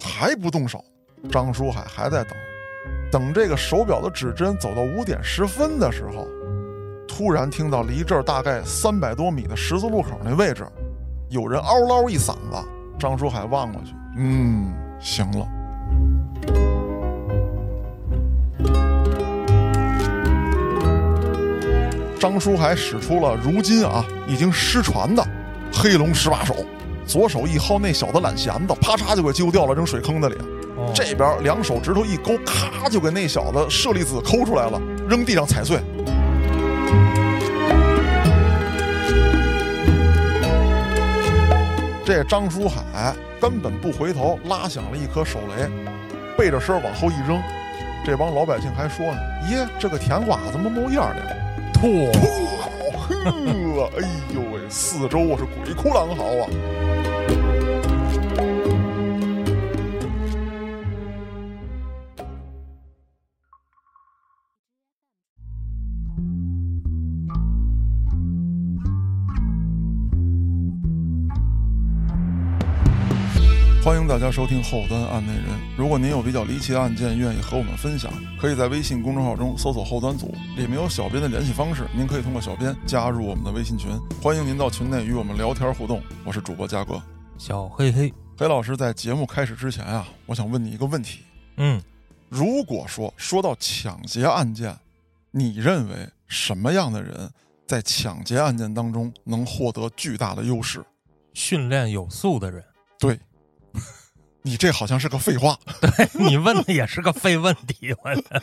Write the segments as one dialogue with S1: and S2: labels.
S1: 还不动手，张书海还在等。等这个手表的指针走到五点十分的时候，突然听到离这儿大概三百多米的十字路口那位置，有人嗷唠一嗓子。张书海望过去，嗯，行了。张书海使出了如今啊已经失传的黑龙十八手，左手一薅那小子懒弦子，啪嚓就给揪掉了，扔水坑子里。
S2: 哦
S1: 这边两手指头一勾，咔就给那小子舍利子抠出来了，扔地上踩碎。这张书海根本不回头，拉响了一颗手雷，背着身往后一扔。这帮老百姓还说呢：“耶，这个甜瓜怎么冒烟儿了
S2: 吐？”
S1: 呵，哎呦喂，四周我是鬼哭狼嚎啊！欢迎大家收听《后端案内人》。如果您有比较离奇的案件，愿意和我们分享，可以在微信公众号中搜索“后端组”，里面有小编的联系方式，您可以通过小编加入我们的微信群。欢迎您到群内与我们聊天互动。我是主播嘉哥，
S2: 小黑黑，
S1: 黑老师。在节目开始之前啊，我想问你一个问题：
S2: 嗯，
S1: 如果说说到抢劫案件，你认为什么样的人在抢劫案件当中能获得巨大的优势？
S2: 训练有素的人，
S1: 对，你这好像是个废话。
S2: 你问的也是个废问题，我 觉得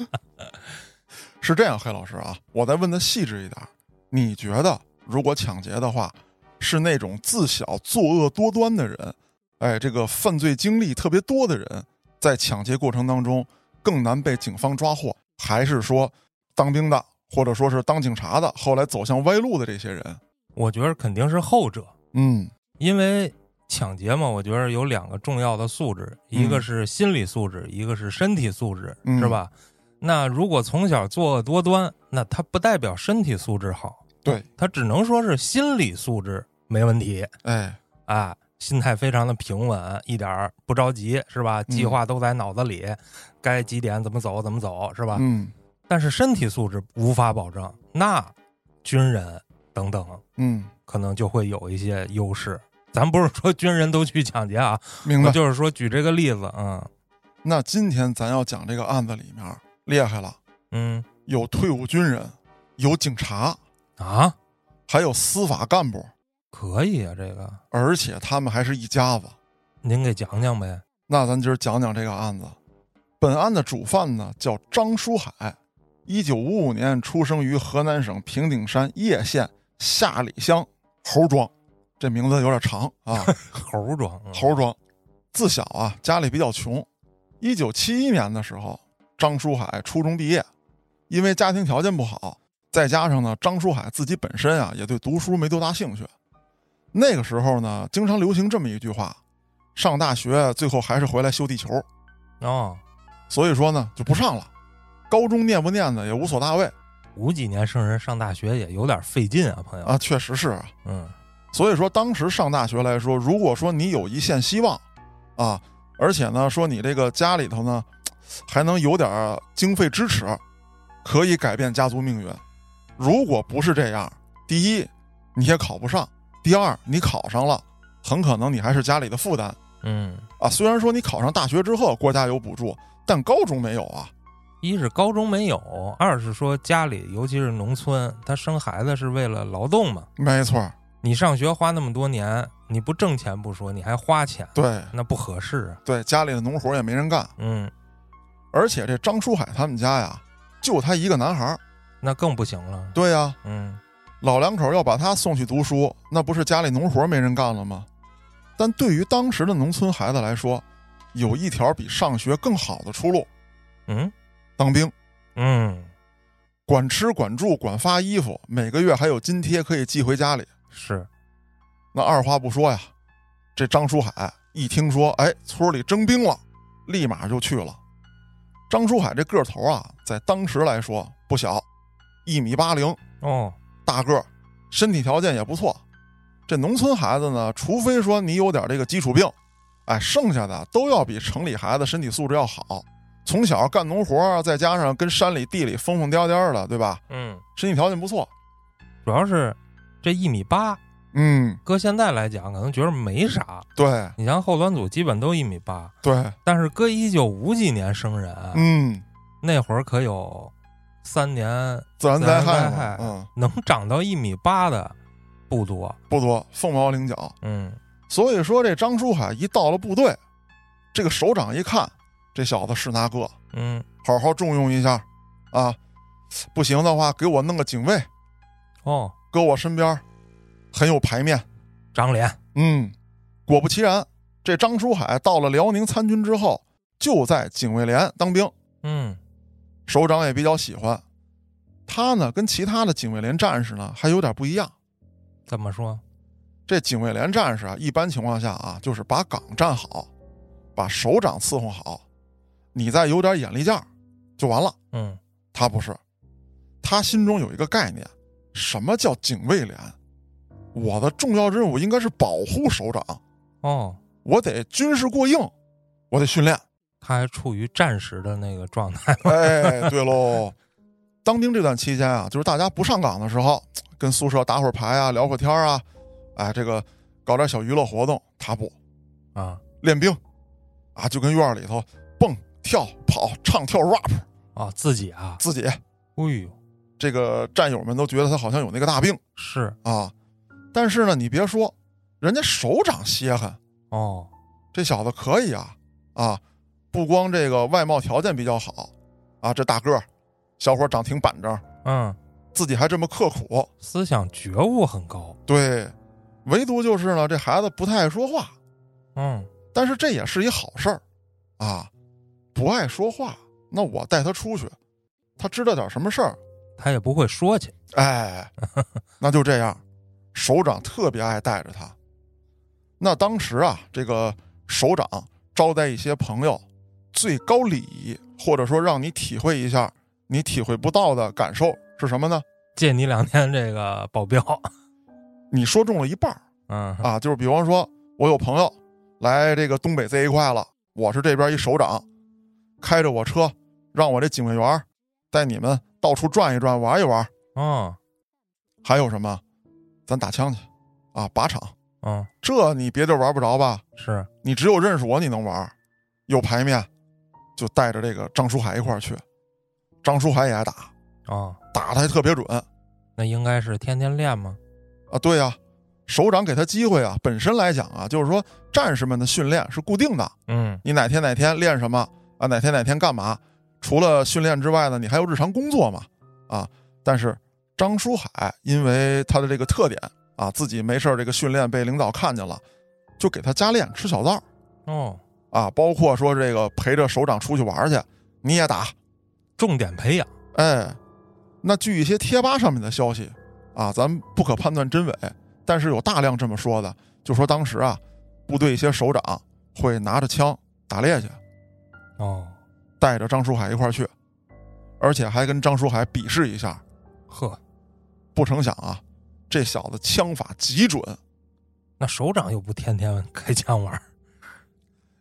S1: 是这样，黑老师啊，我再问的细致一点儿，你觉得如果抢劫的话，是那种自小作恶多端的人，哎，这个犯罪经历特别多的人，在抢劫过程当中更难被警方抓获，还是说当兵的，或者说是当警察的，后来走向歪路的这些人？
S2: 我觉得肯定是后者，
S1: 嗯
S2: 因为抢劫嘛，我觉得有两个重要的素质，一个是心理素质，一个是身体素质，
S1: 嗯
S2: 是吧？那如果从小作恶多端，那他不代表身体素质好，
S1: 对，
S2: 他只能说是心理素质没问题
S1: 哎，
S2: 啊，心态非常的平稳，一点儿不着急，是吧？计划都在脑子里，该几点怎么走怎么走，是吧？
S1: 嗯
S2: 但是身体素质无法保证，那军人等等
S1: 嗯，
S2: 可能就会有一些优势。咱不是说军人都去抢劫啊，
S1: 明
S2: 我
S1: 白。
S2: 就是说举这个例子，嗯
S1: 那今天咱要讲这个案子里面厉害了，
S2: 嗯
S1: 有退伍军人，有警察，
S2: 啊，
S1: 还有司法干部。
S2: 可以啊，这个
S1: 而且他们还是一家子。
S2: 您给讲讲呗。
S1: 那咱今儿讲讲这个案子。本案的主犯呢叫张书海，一九五五年出生于河南省平顶山叶县下里乡侯庄，这名字有点长啊，
S2: 猴装，嗯
S1: 侯庄。自小啊家里比较穷，一九七一年的时候，张书海初中毕业，因为家庭条件不好，再加上呢张书海自己本身啊也对读书没多大兴趣，那个时候呢经常流行这么一句话：上大学最后还是回来修地球。
S2: 哦，
S1: 所以说呢就不上了，高中念不念呢也无所大谓
S2: 五几年生人上大学也有点费劲啊，朋友。
S1: 啊，确实是啊。
S2: 嗯
S1: 所以说，当时上大学来说，如果说你有一线希望，啊，而且呢，说你这个家里头呢，还能有点儿经费支持，可以改变家族命运。如果不是这样，第一，你也考不上；第二，你考上了，很可能你还是家里的负担
S2: 嗯，
S1: 啊。虽然说你考上大学之后，国家有补助，但高中没有啊。
S2: 一是高中没有，二是说家里，尤其是农村，他生孩子是为了劳动嘛。
S1: 没错儿，
S2: 你上学花那么多年，你不挣钱不说，你还花钱，
S1: 对
S2: 那不合适啊。
S1: 对，家里的农活儿也没人干，
S2: 嗯，
S1: 而且这张书海他们家呀，就他一个男孩儿。
S2: 那更不行了。
S1: 对呀、
S2: 嗯，
S1: 老两口要把他送去读书，那不是家里农活没人干了吗？但对于当时的农村孩子来说，有一条比上学更好的出路：
S2: 嗯，
S1: 当兵，
S2: 嗯，
S1: 管吃管住管发衣服，每个月还有津贴可以寄回家里。
S2: 是，
S1: 那二话不说呀，这张书海一听说，哎，村里征兵了，立马就去了。张书海这个头啊，在当时来说不小，一米八零，
S2: 哦，
S1: 大个儿，身体条件也不错。这农村孩子呢，除非说你有点这个基础病，哎，剩下的都要比城里孩子身体素质要好。从小干农活儿，再加上跟山里地里疯疯癫癫的，对吧？
S2: 嗯，
S1: 身体条件不错。
S2: 主要是这一米八，
S1: 嗯，
S2: 搁现在来讲可能觉得没啥。
S1: 对
S2: 你像后端组基本都一米八，
S1: 对，
S2: 但是搁一九五几年生人，啊
S1: 嗯，
S2: 那会儿可有三年
S1: 自然灾害
S2: 自然灾害
S1: 嘛，嗯，
S2: 能长到一米八的不多。
S1: 不多，凤毛麟角。
S2: 嗯，
S1: 所以说，这张书海一到了部队，这个首长一看，这小子是那个，
S2: 嗯，
S1: 好好重用一下啊！不行的话，给我弄个警卫，
S2: 哦，
S1: 搁我身边儿，很有排面。
S2: 长脸，
S1: 嗯，果不其然，这张书海到了辽宁参军之后，就在警卫连当兵，
S2: 嗯
S1: 首长也比较喜欢。他呢，跟其他的警卫连战士呢还有点不一样。，
S2: 怎么说？
S1: 这警卫连战士啊，一般情况下啊，就是把岗站好，把首长伺候好，你再有点眼力劲儿就完了。
S2: 嗯，
S1: 他不是，他心中有一个概念，什么叫警卫连？我的重要任务应该是保护首长，
S2: 哦，
S1: 我得军事过硬，我得训练。
S2: 他还处于战时的那个状态。
S1: 哎，对喽，当兵这段期间啊，就是大家不上岗的时候，跟宿舍打会儿牌啊，聊会儿天儿啊，哎，这个搞点小娱乐活动。他不
S2: 啊
S1: 练兵，啊，就跟院儿里头蹦跳跑唱跳 rap，
S2: 哦，自己啊，
S1: 自己
S2: 哎呦，
S1: 这个战友们都觉得他好像有那个大病
S2: 是
S1: 啊。但是呢，你别说，人家首长稀罕，
S2: 哦，
S1: 这小子可以啊啊！不光这个外貌条件比较好啊，这大个儿，小伙儿长挺板正，
S2: 嗯，
S1: 自己还这么刻苦，
S2: 思想觉悟很高。
S1: 对，唯独就是呢，这孩子不太爱说话，
S2: 嗯，
S1: 但是这也是一好事儿，啊，不爱说话，那我带他出去，他知道点什么事儿，
S2: 他也不会说去。
S1: 哎，那就这样，首长特别爱带着他。那当时啊，这个首长招待一些朋友，最高礼仪，或者说让你体会一下你体会不到的感受是什么呢？
S2: 借你两天这个保镖。
S1: 你说中了一半儿。
S2: 嗯
S1: 啊，就是比方说，我有朋友来这个东北这一块了，我是这边一首长，开着我车，让我这警卫员儿带你们到处转一转，玩一玩。
S2: 哦
S1: 还有什么？咱打枪去，啊，靶场，
S2: 嗯，
S1: 这你别地儿玩不着吧？
S2: 是
S1: 你只有认识我，你能玩儿，有牌面，就带着这个张书海一块儿去。张书海也爱打，
S2: 哦，
S1: 打的还特别准
S2: 那应该是天天练吗？
S1: 啊。对呀、首长给他机会啊，本身来讲啊，就是说战士们的训练是固定的，
S2: 嗯，
S1: 你哪天哪天练什么啊？哪天哪天干嘛？除了训练之外呢，你还有日常工作嘛？啊！但是张书海因为他的这个特点啊，自己没事儿这个训练被领导看见了，就给他加练吃小灶
S2: 哦，
S1: 啊，包括说这个陪着首长出去玩儿去，你也打，
S2: 重点培养。
S1: 哎。那据一些贴吧上面的消息啊，咱不可判断真伪，但是有大量这么说的，就说当时啊，部队一些首长会拿着枪打猎去。
S2: 哦，
S1: 带着张书海一块儿去，而且还跟张书海比试一下。
S2: 呵，
S1: 不成想啊，这小子枪法极准，
S2: 那首长又不天天开枪玩儿。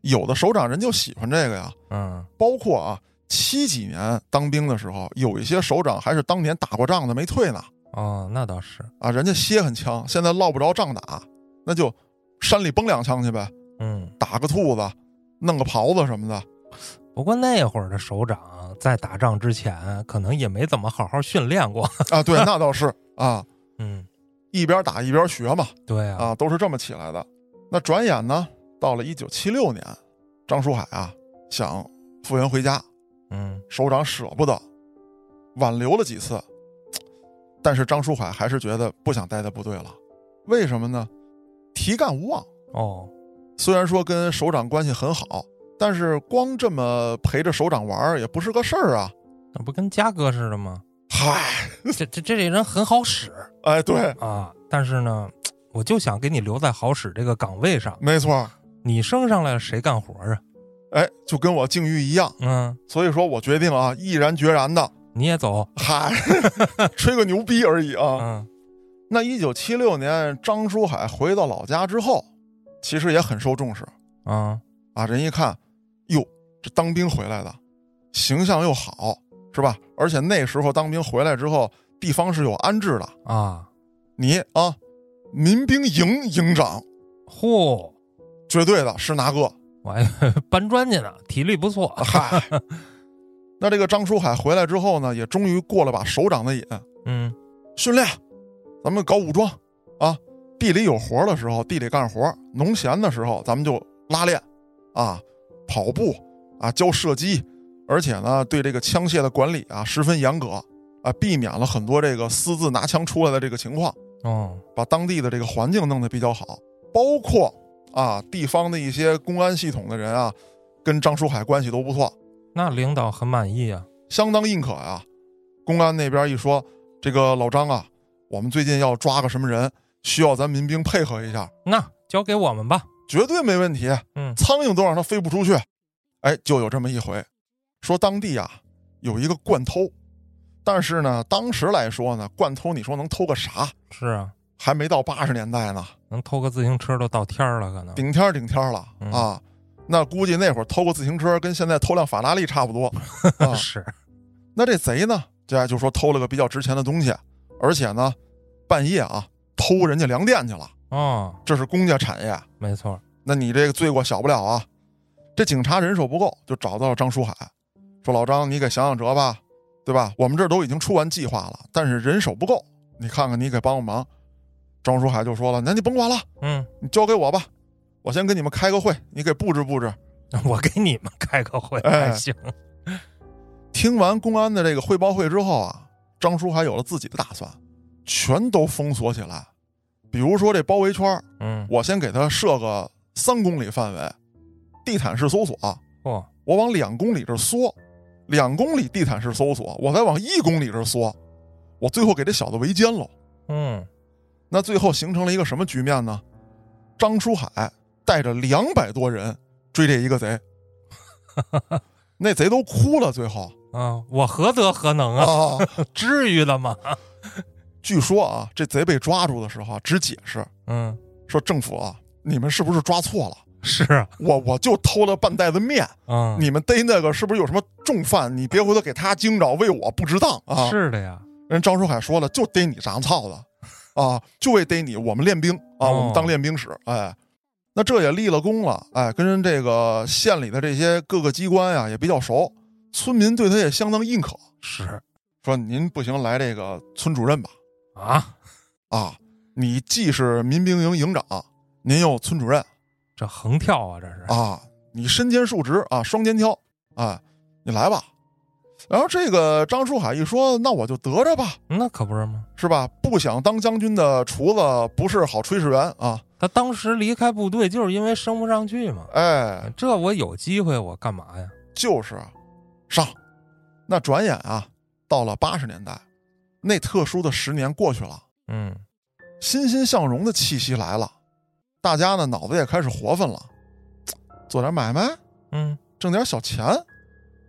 S1: 有的首长人就喜欢这个呀。
S2: 嗯，
S1: 包括啊，七几年当兵的时候，有一些首长还是当年打过仗的没退呢，
S2: 哦，那倒是。
S1: 啊，人家歇很枪，现在落不着仗打，那就山里崩两枪去呗，
S2: 嗯，
S1: 打个兔子，弄个狍子什么的。
S2: 不过那会儿的首长在打仗之前，可能也没怎么好好训练过。
S1: 啊，对，那倒是啊，
S2: 嗯，
S1: 一边打一边学嘛。
S2: 对啊，
S1: 啊，都是这么起来的。那转眼呢，到了一九七六年，张书海啊想复员回家，
S2: 嗯，
S1: 首长舍不得，挽留了几次，但是张书海还是觉得不想待在部队了。为什么呢？提干无望，
S2: 哦，
S1: 虽然说跟首长关系很好，但是光这么陪着首长玩儿也不是个事儿啊。
S2: 那不跟嘉哥似的吗？
S1: 嗨，
S2: 这这这人很好使
S1: 哎，对，
S2: 啊，但是呢，我就想给你留在好使这个岗位上，
S1: 没错儿，
S2: 你升上来了谁干活啊？
S1: 哎，就跟我境遇一样。
S2: 嗯，
S1: 所以说我决定啊，毅然决然的，
S2: 你也走，
S1: 嗨， 吹个牛逼而已啊。
S2: 嗯
S1: 那一九七六年，张书海回到老家之后，其实也很受重视。
S2: 啊、嗯
S1: 啊，人一看，哟，这当兵回来的，形象又好，是吧？而且那时候当兵回来之后，地方是有安置的，
S2: 啊，
S1: 你啊，民兵营营长，
S2: 嚯，
S1: 绝对的是拿个。
S2: 我还以为搬砖去呢，体力不错。
S1: 嗨，那这个张书海回来之后呢，也终于过了把首长的瘾，
S2: 嗯
S1: 训练，咱们搞武装啊。地里有活的时候，地里干活；农闲的时候，咱们就拉练啊，跑步啊，教射击，而且呢，对这个枪械的管理啊十分严格啊，避免了很多这个私自拿枪出来的这个情况，
S2: 哦
S1: 把当地的这个环境弄得比较好，包括啊地方的一些公安系统的人啊，跟张书海关系都不错，
S2: 那领导很满意啊。
S1: 相当认可呀。公安那边一说，这个老张啊，我们最近要抓个什么人，需要咱民兵配合一下，
S2: 那交给我们吧。
S1: 绝对没问题。
S2: 嗯
S1: 苍蝇都让他飞不出去。哎，就有这么一回，说当地啊有一个惯偷，但是呢，当时来说呢，惯偷你说能偷个啥？
S2: 是啊，
S1: 还没到八十年代呢，
S2: 能偷个自行车都到天儿了，可能。
S1: 顶天儿顶天儿了
S2: 嗯
S1: 啊。那估计那会儿偷个自行车跟现在偷辆法拉利差不多啊。
S2: 是，
S1: 那这贼呢，这就说偷了个比较值钱的东西，而且呢，半夜啊偷人家粮店去了，
S2: 哦，
S1: 这是公家产业，
S2: 没错，
S1: 那你这个罪过小不了啊。这警察人手不够，就找到了张书海，说老张，你给想想辙吧，对吧？我们这儿都已经出完计划了，但是人手不够，你看看你给帮个忙。张书海就说了，那你甭管了，
S2: 嗯，
S1: 你交给我吧，我先跟你们开个会，你给布置布置。
S2: 我给你们开个会
S1: 哎
S2: 还行，
S1: 听完公安的这个汇报会之后啊，张书海有了自己的打算，全都封锁起来。比如说这包围圈儿，
S2: 嗯，
S1: 我先给它设个三公里范围，地毯式搜索，
S2: 嚯，
S1: 我往两公里这儿缩，两公里地毯式搜索，我再往一公里这儿缩，我最后给这小子围歼喽。
S2: 嗯，
S1: 那最后形成了一个什么局面呢？张书海带着两百多人追这一个贼，那贼都哭了。最后
S2: 啊，我何德何能啊？
S1: 啊，
S2: 至于的吗？
S1: 据说啊，这贼被抓住的时候啊，只解释
S2: 嗯，
S1: 说政府啊，你们是不是抓错了？
S2: 是啊，
S1: 我我就偷了半袋子面，
S2: 嗯，
S1: 你们逮那个是不是有什么重犯？你别回头给他惊着，为我不值当啊！
S2: 是的呀，
S1: 人张书海说了，就逮你长操的啊，就为逮你，我们练兵啊，
S2: 哦
S1: 我们当练兵使。哎，那这也立了功了，哎，跟人这个县里的这些各个机关啊呀、也比较熟，村民对他也相当认可，
S2: 是
S1: 说您不行来这个村主任吧，
S2: 啊，
S1: 啊，你既是民兵营营长，您又村主任
S2: 这横跳啊，这是，
S1: 啊，你身兼数职啊，双肩挑啊，你来吧。然后这个张书海一说，那我就得着吧，
S2: 那可不是吗？
S1: 是吧？不想当将军的厨子不是好炊事员啊，
S2: 他当时离开部队就是因为升不上去嘛。呃
S1: 哎，
S2: 这我有机会我干嘛呀？
S1: 就是啊上。那转眼啊，到了八十年代，那特殊的十年过去了，
S2: 嗯
S1: 欣欣向荣的气息来了，大家呢脑子也开始活泛了，做点买卖，啊
S2: 嗯，
S1: 挣点小钱，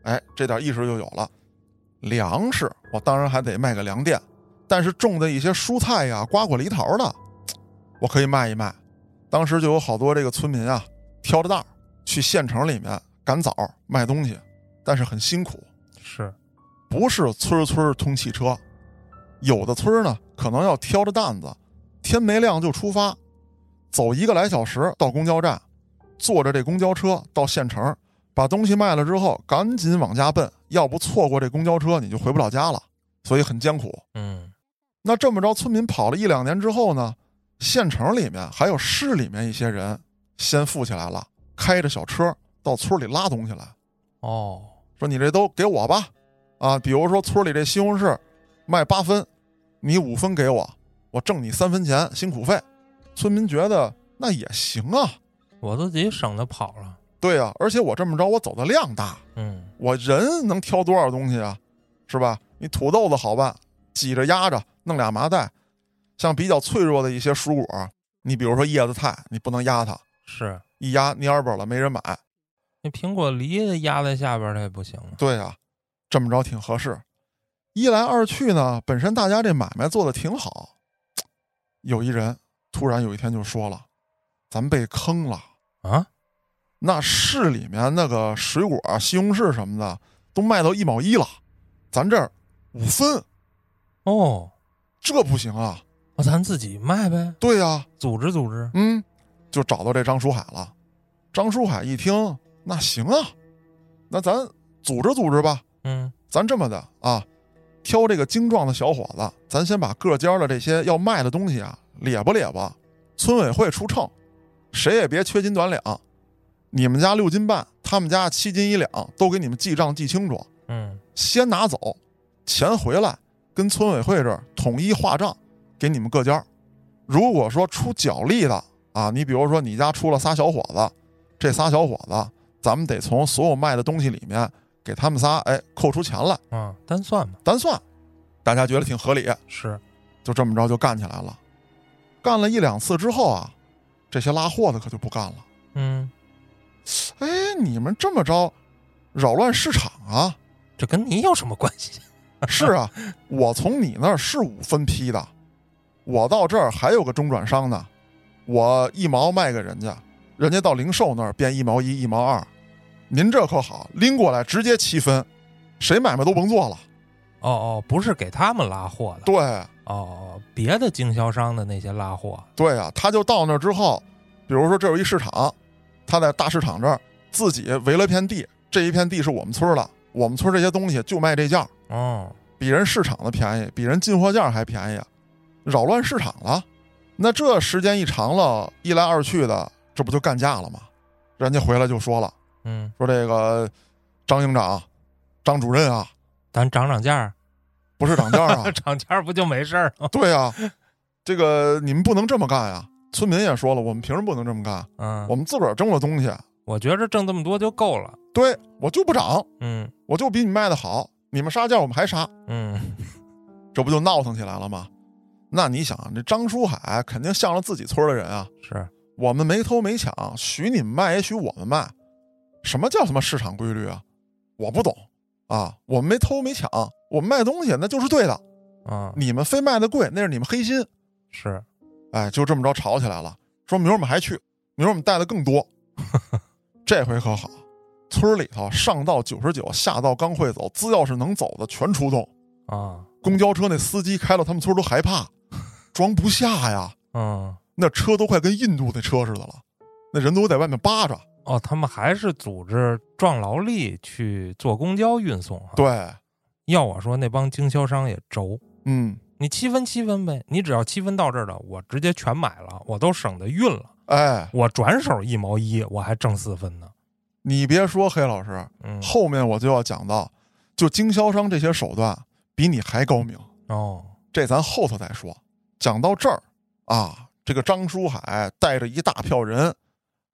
S1: 哎，这点意识就有了。粮食，我当然还得卖给粮店，但是种的一些蔬菜呀、瓜果、梨桃的，嘖我可以卖一卖。当时就有好多这个村民啊，挑着担儿去县城里面赶早卖东西，但是很辛苦，
S2: 是，
S1: 不是村儿村儿通汽车，有的村儿呢可能要挑着担子，天没亮就出发，走一个来小时到公交站，坐着这公交车到县城，把东西卖了之后赶紧往家奔，要不错过这公交车你就回不了家了，所以很艰苦。
S2: 嗯
S1: 那这么着，村民跑了一两年之后呢，县城里面还有市里面一些人先富起来了，开着小车到村里拉东西来。
S2: 哦，
S1: 说你这都给我吧，啊，比如说村里这西红柿卖八分，你五分给我，我挣你三分钱辛苦费。村民觉得那也行啊，
S2: 我自己省得跑了。
S1: 对呀、而且我这么着，我走的量大，
S2: 嗯
S1: 我人能挑多少东西啊，是吧？你土豆子好办，挤着压着弄俩麻袋，像比较脆弱的一些蔬果，你比如说叶子菜，你不能压它，
S2: 是。
S1: 一压蔫巴了没人买。
S2: 那苹果梨压在下边儿它也不行啊。
S1: 对啊，这么着挺合适。一来二去呢，本身大家这买卖做的挺好，有一人突然有一天就说了：“咱被坑了，
S2: 啊，
S1: 那市里面那个水果、啊西红柿什么的都卖到一毛一了，咱这儿五分，
S2: 哦，
S1: 这不行啊！
S2: 那咱自己卖呗，
S1: 对呀、
S2: 组织组织。
S1: 嗯，就找到这张书海了。张书海一听，那行啊，那咱组织组织吧，
S2: 嗯
S1: 咱这么的啊，挑这个精壮的小伙子，咱先把各家的这些要卖的东西啊，咧吧咧吧，村委会出秤，谁也别缺斤短两。你们家六斤半，他们家七斤一两，都给你们记账记清楚，
S2: 嗯，
S1: 先拿走，钱回来跟村委会这儿统一划账，给你们各家儿。如果说出脚力的啊，你比如说你家出了仨小伙子，这仨小伙子，咱们得从所有卖的东西里面给他们仨哎扣除钱来。
S2: 啊，单算吧，
S1: 单算，大家觉得挺合理，
S2: 是，
S1: 就这么着就干起来了。干了一两次之后啊，这些拉货的可就不干了。
S2: 嗯，
S1: 哎，你们这么着，扰乱市场啊！
S2: 这跟你有什么关系？
S1: 是啊，我从你那儿是五分批的，我到这儿还有个中转商呢，我一毛卖给人家，人家到零售那儿变一毛一、一毛二。您这可好，拎过来直接七分，谁买卖都甭做了。
S2: 哦哦，不是给他们拉货的，
S1: 对，啊
S2: 哦哦，别的经销商的那些拉货，
S1: 对啊，他就到那儿之后，比如说这有一市场，他在大市场这儿自己围了片地，这一片地是我们村儿的，我们村儿这些东西就卖这价儿，
S2: 哦，
S1: 比人市场的便宜，比人进货价儿还便宜，扰乱市场了。那这时间一长了，一来二去的，这不就干架了吗？人家回来就说了，
S2: 嗯，
S1: 说这个张营长、张主任啊，
S2: 咱涨涨价儿，，
S1: 不是涨价儿啊
S2: 涨价儿不就没事儿了？
S1: 对啊，这个你们不能这么干呀。村民也说了，我们凭什么不能这么干？啊
S2: 嗯，
S1: 我们自个儿挣了东西，啊
S2: 我觉着挣这么多就够了。
S1: 对我就不涨，
S2: 嗯
S1: 我就比你卖的好，你们杀价我们还杀，
S2: 嗯，
S1: 这不就闹腾起来了吗？那你想，这张书海肯定向着自己村的人啊，
S2: 是，
S1: 我们没偷没抢，许你们卖也许我们卖，什么叫什么市场规律啊？我不懂啊，我们没偷没抢，我们卖东西那就是对的，
S2: 嗯
S1: 你们非卖的贵那是你们黑心，
S2: 是，
S1: 哎，就这么着吵起来了。说明儿我们还去，明儿我们带的更多。这回可好，村儿里头上到九十九，下到刚会走，只要是能走的全出动。
S2: 啊
S1: 公交车那司机开到他们村儿都害怕，装不下呀，
S2: 嗯，
S1: 那车都快跟印度那车似的了，那人都在外面扒着。
S2: 哦，他们还是组织壮劳力去坐公交运送哈。，
S1: 对，
S2: 要我说那帮经销商也轴，
S1: 嗯，
S2: 你七分七分呗，你只要七分到这儿了，我直接全买了，我都省得运了，
S1: 哎，
S2: 我转手一毛一，我还挣四分呢。
S1: 你别说黑老师，
S2: 嗯，
S1: 后面我就要讲到，就经销商这些手段比你还高明。
S2: 哦，
S1: 这咱后头再说。讲到这儿啊，这个张书海带着一大票人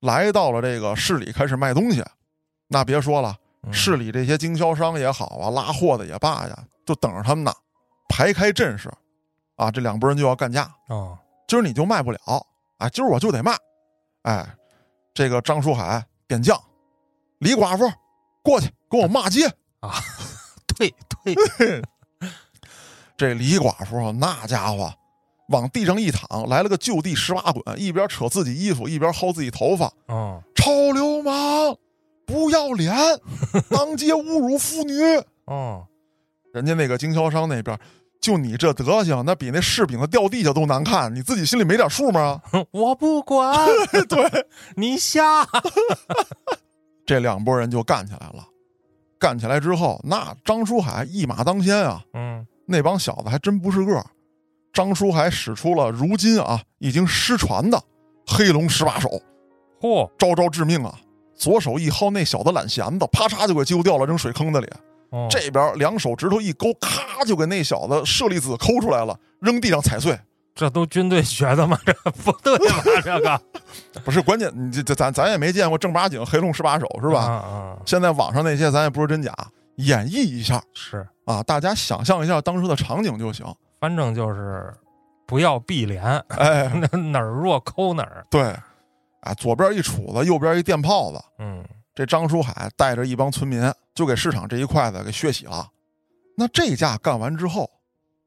S1: 来到了这个市里，开始卖东西。那别说了，
S2: 嗯
S1: 市里这些经销商也好啊，拉货的也罢呀，就等着他们呢，排开阵势啊，这两拨人就要干架。
S2: 哦，
S1: 今儿你就卖不了啊，今儿我就得卖。哎，这个张书海点将，李寡妇过去跟我骂街。
S2: 对对，
S1: 这李寡妇啊那家伙往地上一躺，来了个就地十八滚，一边扯自己衣服，一边薅自己头发，
S2: 哦，
S1: 臭流氓，不要脸， 当街侮辱妇女。
S2: 哦，
S1: 人家那个经销商那边，就你这德行，那比那柿饼子掉地下都难看，你自己心里没点数吗？
S2: 嗯我不 管，
S1: 对，
S2: 你瞎，
S1: 这两拨人就干起来了。干起来之后，那张书海一马当先啊，
S2: 嗯，
S1: 那帮小子还真不是个儿。张书海使出了如今啊已经失传的黑龙十八手，
S2: 嚯，
S1: 招招致命啊！左手一薅那小子懒弦子，啪嚓就给揪掉了，扔水坑子里。
S2: 哦
S1: 这边两手指头一勾，咔就给那小子舍利子抠出来了，扔地上踩碎。
S2: 这都军队学的吗？这 不对吧？这个
S1: 不是关键，你这这咱咱也没见过正八经黑龙十八手是
S2: 是
S1: 吧？
S2: 嗯嗯，
S1: 现在网上那些咱也不知真假，演绎一下
S2: 是，
S1: 啊，大家想象一下当时的场景就行。
S2: 反正就是不要避连，
S1: 哎，
S2: 哪儿弱抠哪儿。
S1: 对，啊，左边一杵子，右边一电炮子，
S2: 嗯，
S1: 这张书海带着一帮村民，就给市场这一块子给血洗了。那这架干完之后，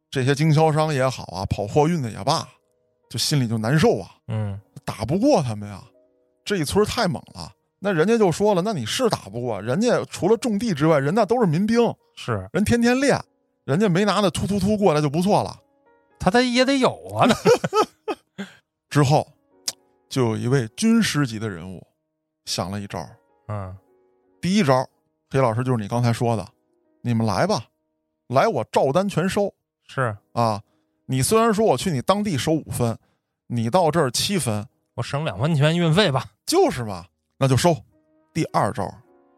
S1: 这些经销商也好啊，跑货运的也罢，就心里就难受啊，
S2: 嗯，
S1: 打不过他们呀、这一村太猛了，那人家就说了，那你是打不过，人家除了种地之外，人那都是民兵，
S2: 是
S1: 人天天练，人家没拿那突突突过来就不错了。
S2: 他他也得有啊，那
S1: 之后，就有一位军师级的人物想了一招，
S2: 嗯
S1: 第一招，黑老师就是你刚才说的，你们来吧，来我照单全收
S2: 是
S1: 啊！你虽然说我去你当地收五分，你到这儿七分，
S2: 我省两分钱运费吧，
S1: 就是嘛，那就收。第二招，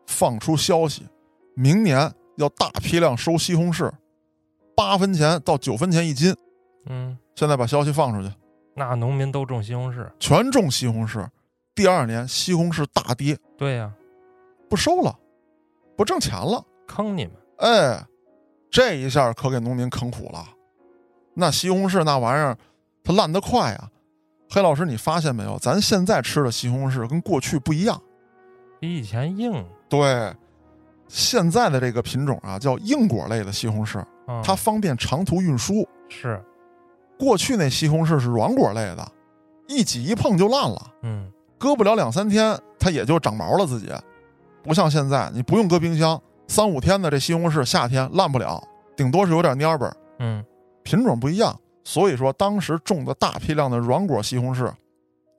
S1: 放出消息，明年要大批量收西红柿，八分钱到九分钱一斤。
S2: 嗯，
S1: 现在把消息放出去，
S2: 那农民都种西红柿，
S1: 全种西红柿。第二年西红柿大跌，
S2: 对呀、
S1: 不收了，不挣钱了。
S2: 坑你们，
S1: 哎，这一下可给农民坑苦了。那西红柿那玩意儿，它烂得快啊！黑老师，你发现没有？咱现在吃的西红柿跟过去不一样。
S2: 比以前硬，
S1: 对，现在的这个品种啊，叫硬果类的西红柿，
S2: 嗯、
S1: 它方便长途运输。
S2: 是
S1: 过去那西红柿是软果类的，一挤一碰就烂了，
S2: 嗯
S1: 搁不了两三天，它也就长毛了自己。不像现在，你不用搁冰箱，三五天的这西红柿夏天烂不了，顶多是有点蔫巴儿。
S2: 嗯
S1: 品种不一样，所以说当时种的大批量的软果西红柿，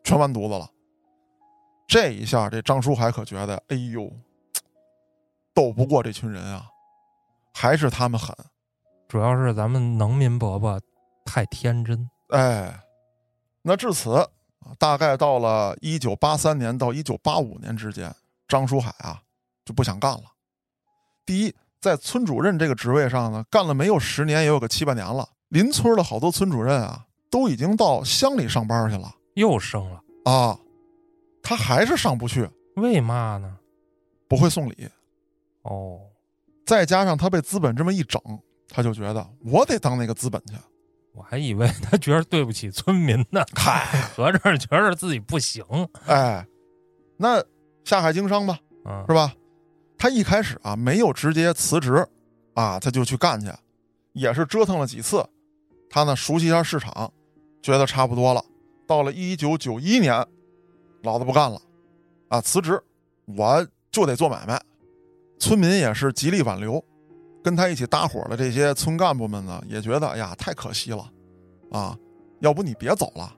S1: 全完犊子了。这一下，这张书海可觉得，哎呦，斗不过这群人啊，还是他们狠。
S2: 主要是咱们农民伯伯太天真，
S1: 哎，那至此，啊大概到了一九八三年到一九八五年之间，张书海啊就不想干了。第一，在村主任这个职位上呢，干了没有十年，也有个七八年了。邻村的好多村主任啊，都已经到乡里上班去了
S2: 又生了，
S1: 啊，他还是上不去，
S2: 为嘛呢？
S1: 不会送礼。
S2: 哦，
S1: 再加上他被资本这么一整，他就觉得我得当那个资本去。
S2: 我还以为他觉得对不起村民呢，
S1: 嗨，
S2: 合着觉着自己不行，
S1: 哎，那下海经商吧。
S2: 嗯
S1: 是吧？他一开始啊没有直接辞职，啊，他就去干去，也是折腾了几次。他呢熟悉一下市场，觉得差不多了。到了一九九一年，老子不干了，啊，辞职，我就得做买卖。村民也是极力挽留，跟他一起搭伙的这些村干部们呢，也觉得哎呀太可惜了，啊，要不你别走了。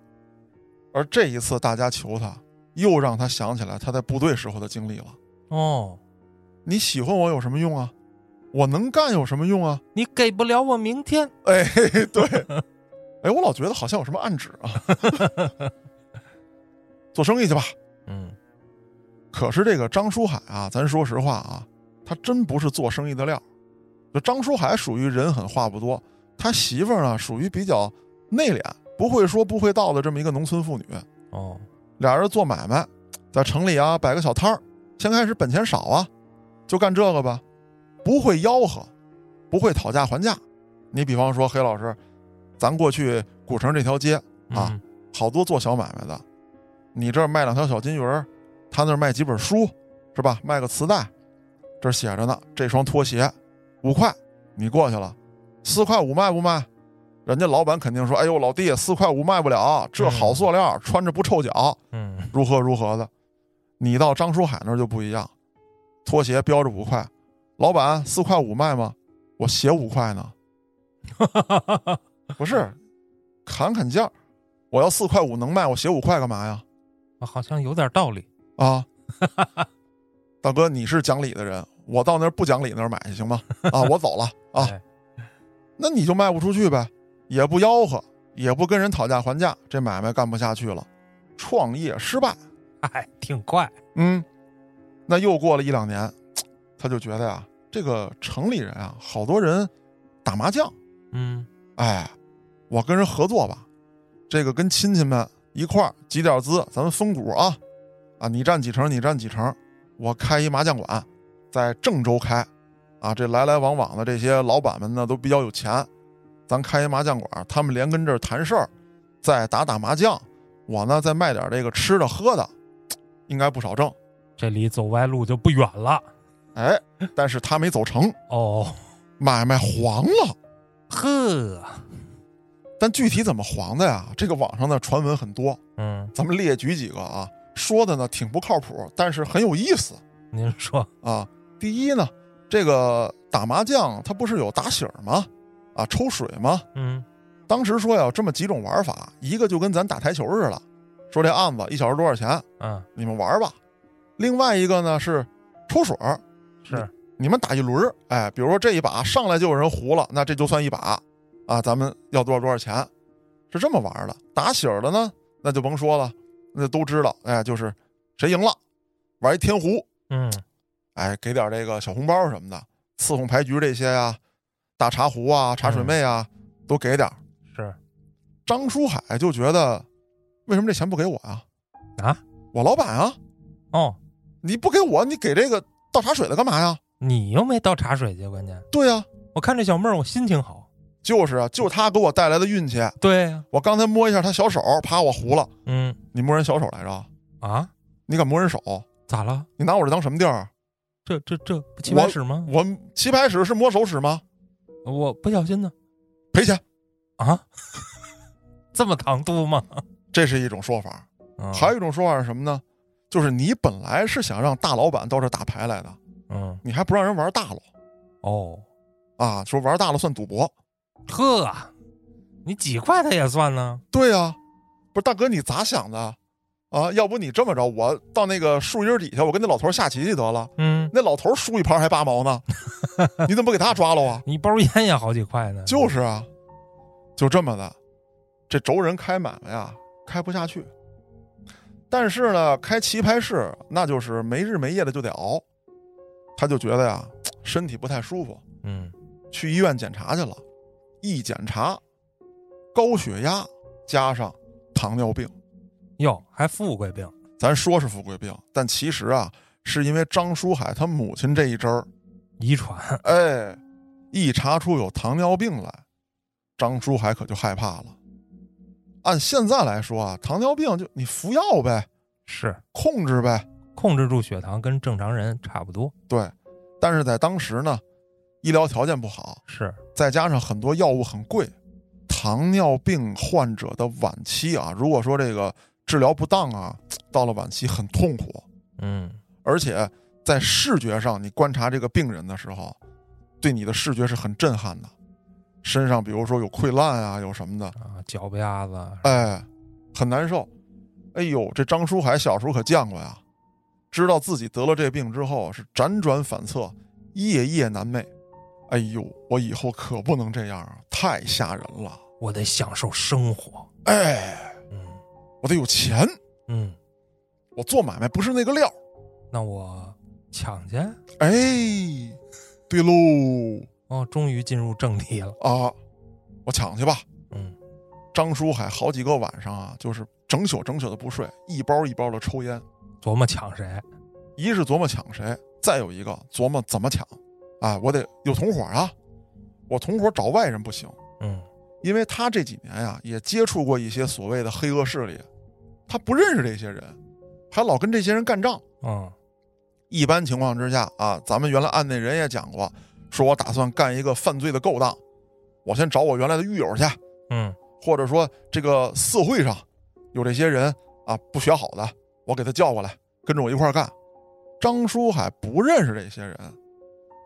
S1: 而这一次大家求他，又让他想起来他在部队时候的经历了。
S2: 哦，
S1: 你喜欢我有什么用啊？我能干有什么用啊？
S2: 你给不了我明天，
S1: 哎，嘿嘿对，哎，我老觉得好像有什么暗指啊。 做生意去吧。
S2: 嗯，
S1: 可是这个张书海啊，咱说实话啊，他真不是做生意的料。这张书海属于人狠话不多，他媳妇儿呢属于比较内敛，不会说不会道的这么一个农村妇女。
S2: 哦，
S1: 俩人做买卖，在城里啊摆个小摊儿，先开始本钱少啊，就干这个吧，不会吆喝，不会讨价还价。你比方说黑老师，咱过去古城这条街啊
S2: 嗯，
S1: 好多做小买卖的，你这儿卖两条小金鱼儿，他那儿卖几本书，是吧？卖个磁带，这儿写着呢，这双拖鞋五块，你过去了，四块五卖不卖？人家老板肯定说：“哎呦，老弟，四块五卖不了，这好塑料，穿着不臭脚。”
S2: 嗯，
S1: 如何如何的。你到张书海那儿就不一样，拖鞋标着五块，老板四块五卖吗？我鞋五块呢，不是，砍砍价，我要四块五能卖，我鞋五块干嘛呀？
S2: 好像有点道理，
S1: 啊，大哥，你是讲理的人，我到那儿不讲理那儿买去行吗？啊，我走了啊
S2: 哎，
S1: 那你就卖不出去呗，也不吆喝，也不跟人讨价还价，这买卖干不下去了，创业失败。
S2: 哎，挺快，
S1: 嗯，那又过了一两年，他就觉得呀、这个城里人啊，好多人打麻将，
S2: 嗯，
S1: 哎，我跟人合作吧，这个跟亲戚们一块儿集点资，咱们分股啊，啊，你占几成，你占几成，我开一麻将馆，在郑州开，啊，这来来往往的这些老板们呢都比较有钱，咱开一麻将馆，他们连跟这儿谈事儿，再打打麻将，我呢再卖点这个吃的喝的，应该不少挣。
S2: 这离走歪路就不远了，
S1: 哎，但是他没走成，
S2: 哦，
S1: 买卖黄了。
S2: 呵，
S1: 但具体怎么黄的呀？这个网上的传闻很多，
S2: 嗯
S1: 咱们列举几个啊。说的呢挺不靠谱，但是很有意思
S2: 您说，
S1: 啊。第一呢，这个打麻将它不是有打醒儿吗？啊，抽水吗？
S2: 嗯
S1: 当时说呀，这么几种玩法，一个就跟咱打台球似的，说这案子一小时多少钱，
S2: 啊，
S1: 你们玩吧。另外一个呢是抽水儿，
S2: 是
S1: 你们打一轮儿，哎，比如说这一把上来就有人胡了，那这就算一把啊，咱们要多少多少钱，是这么玩儿的。打醒儿的呢，那就甭说了，那都知道，哎，就是谁赢了，玩一天胡，
S2: 嗯
S1: 哎，给点这个小红包什么的，伺候牌局这些呀、大茶壶啊、茶水妹啊，都给点儿。
S2: 是
S1: 张书海就觉得，为什么这钱不给我呀、
S2: 啊
S1: 我老板啊，
S2: 哦，
S1: 你不给我，你给这个倒茶水的干嘛呀？
S2: 你又没倒茶水去，关键
S1: 对呀、
S2: 我看这小妹儿，我心情好。
S1: 就是啊，就他给我带来的运气。
S2: 对啊呀、
S1: 我刚才摸一下他小手，啪，我糊了。
S2: 嗯
S1: 你摸人小手来着？
S2: 啊，
S1: 你敢摸人手？
S2: 咋了？
S1: 你拿我这当什么地儿？
S2: 这这这不棋牌
S1: 我
S2: 室吗？
S1: 我棋牌室是摸手使吗？
S2: 我不小心呢
S1: 赔钱，
S2: 啊，这么唐突吗？
S1: 这是一种说法。
S2: 嗯
S1: 还有一种说法是什么呢？就是你本来是想让大老板到这打牌来的，
S2: 嗯
S1: 你还不让人玩大了
S2: 哦，
S1: 啊？说玩大了算赌博？
S2: 呵，啊你几块他也算呢？
S1: 对呀、不是大哥你咋想的啊？要不你这么着，我到那个树荫底下，我跟那老头下棋去得了。
S2: 嗯，
S1: 那老头输一盘还八毛呢，你怎么不给他抓了啊？
S2: 你包烟也好几块呢。
S1: 就是啊，就这么的，这轴人开买卖啊，开不下去。但是呢，开棋牌室那就是没日没夜的就得熬，他就觉得呀，身体不太舒服，
S2: 嗯
S1: 去医院检查去了。一检查，高血压加上糖尿病，
S2: 哟，还富贵病
S1: 咱说是富贵病，但其实啊，是因为张书海他母亲这一支儿，
S2: 遗传，
S1: 哎，一查出有糖尿病来，张书海可就害怕了。按现在来说啊，糖尿病就你服药呗，
S2: 是
S1: 控制呗，
S2: 控制住血糖跟正常人差不多。
S1: 对。但是在当时呢，医疗条件不好，
S2: 是
S1: 再加上很多药物很贵，糖尿病患者的晚期啊，如果说这个治疗不当啊，到了晚期很痛苦，
S2: 嗯
S1: 而且在视觉上，你观察这个病人的时候，对你的视觉是很震撼的，身上比如说有溃烂啊，有什么的，
S2: 啊，脚丫子
S1: 哎，很难受。哎呦，这张书海小时候可犟过呀，知道自己得了这病之后是辗转反侧，夜夜难寐。哎呦，我以后可不能这样啊，太吓人了！
S2: 我得享受生活。
S1: 哎，
S2: 嗯
S1: 我得有钱，
S2: 嗯，
S1: 我做买卖不是那个料儿。
S2: 那我抢去。
S1: 哎，对喽，
S2: 哦，终于进入正题了。
S1: 啊，我抢去吧。
S2: 嗯
S1: 张书海好几个晚上啊，就是整宿整宿的不睡，一包一包的抽烟，
S2: 琢磨抢谁？啊
S1: 一是琢磨抢谁，再有一个琢磨怎么抢。啊，我得有同伙啊，我同伙找外人不行，
S2: 嗯，
S1: 因为他这几年呀、也接触过一些所谓的黑恶势力，他不认识这些人，还老跟这些人干仗。
S2: 嗯，
S1: 一般情况之下啊，咱们原来案内人也讲过，说我打算干一个犯罪的勾当，我先找我原来的狱友去，
S2: 嗯，
S1: 或者说这个社会上有这些人啊不学好的，我给他叫过来，跟着我一块儿干。张书海不认识这些人，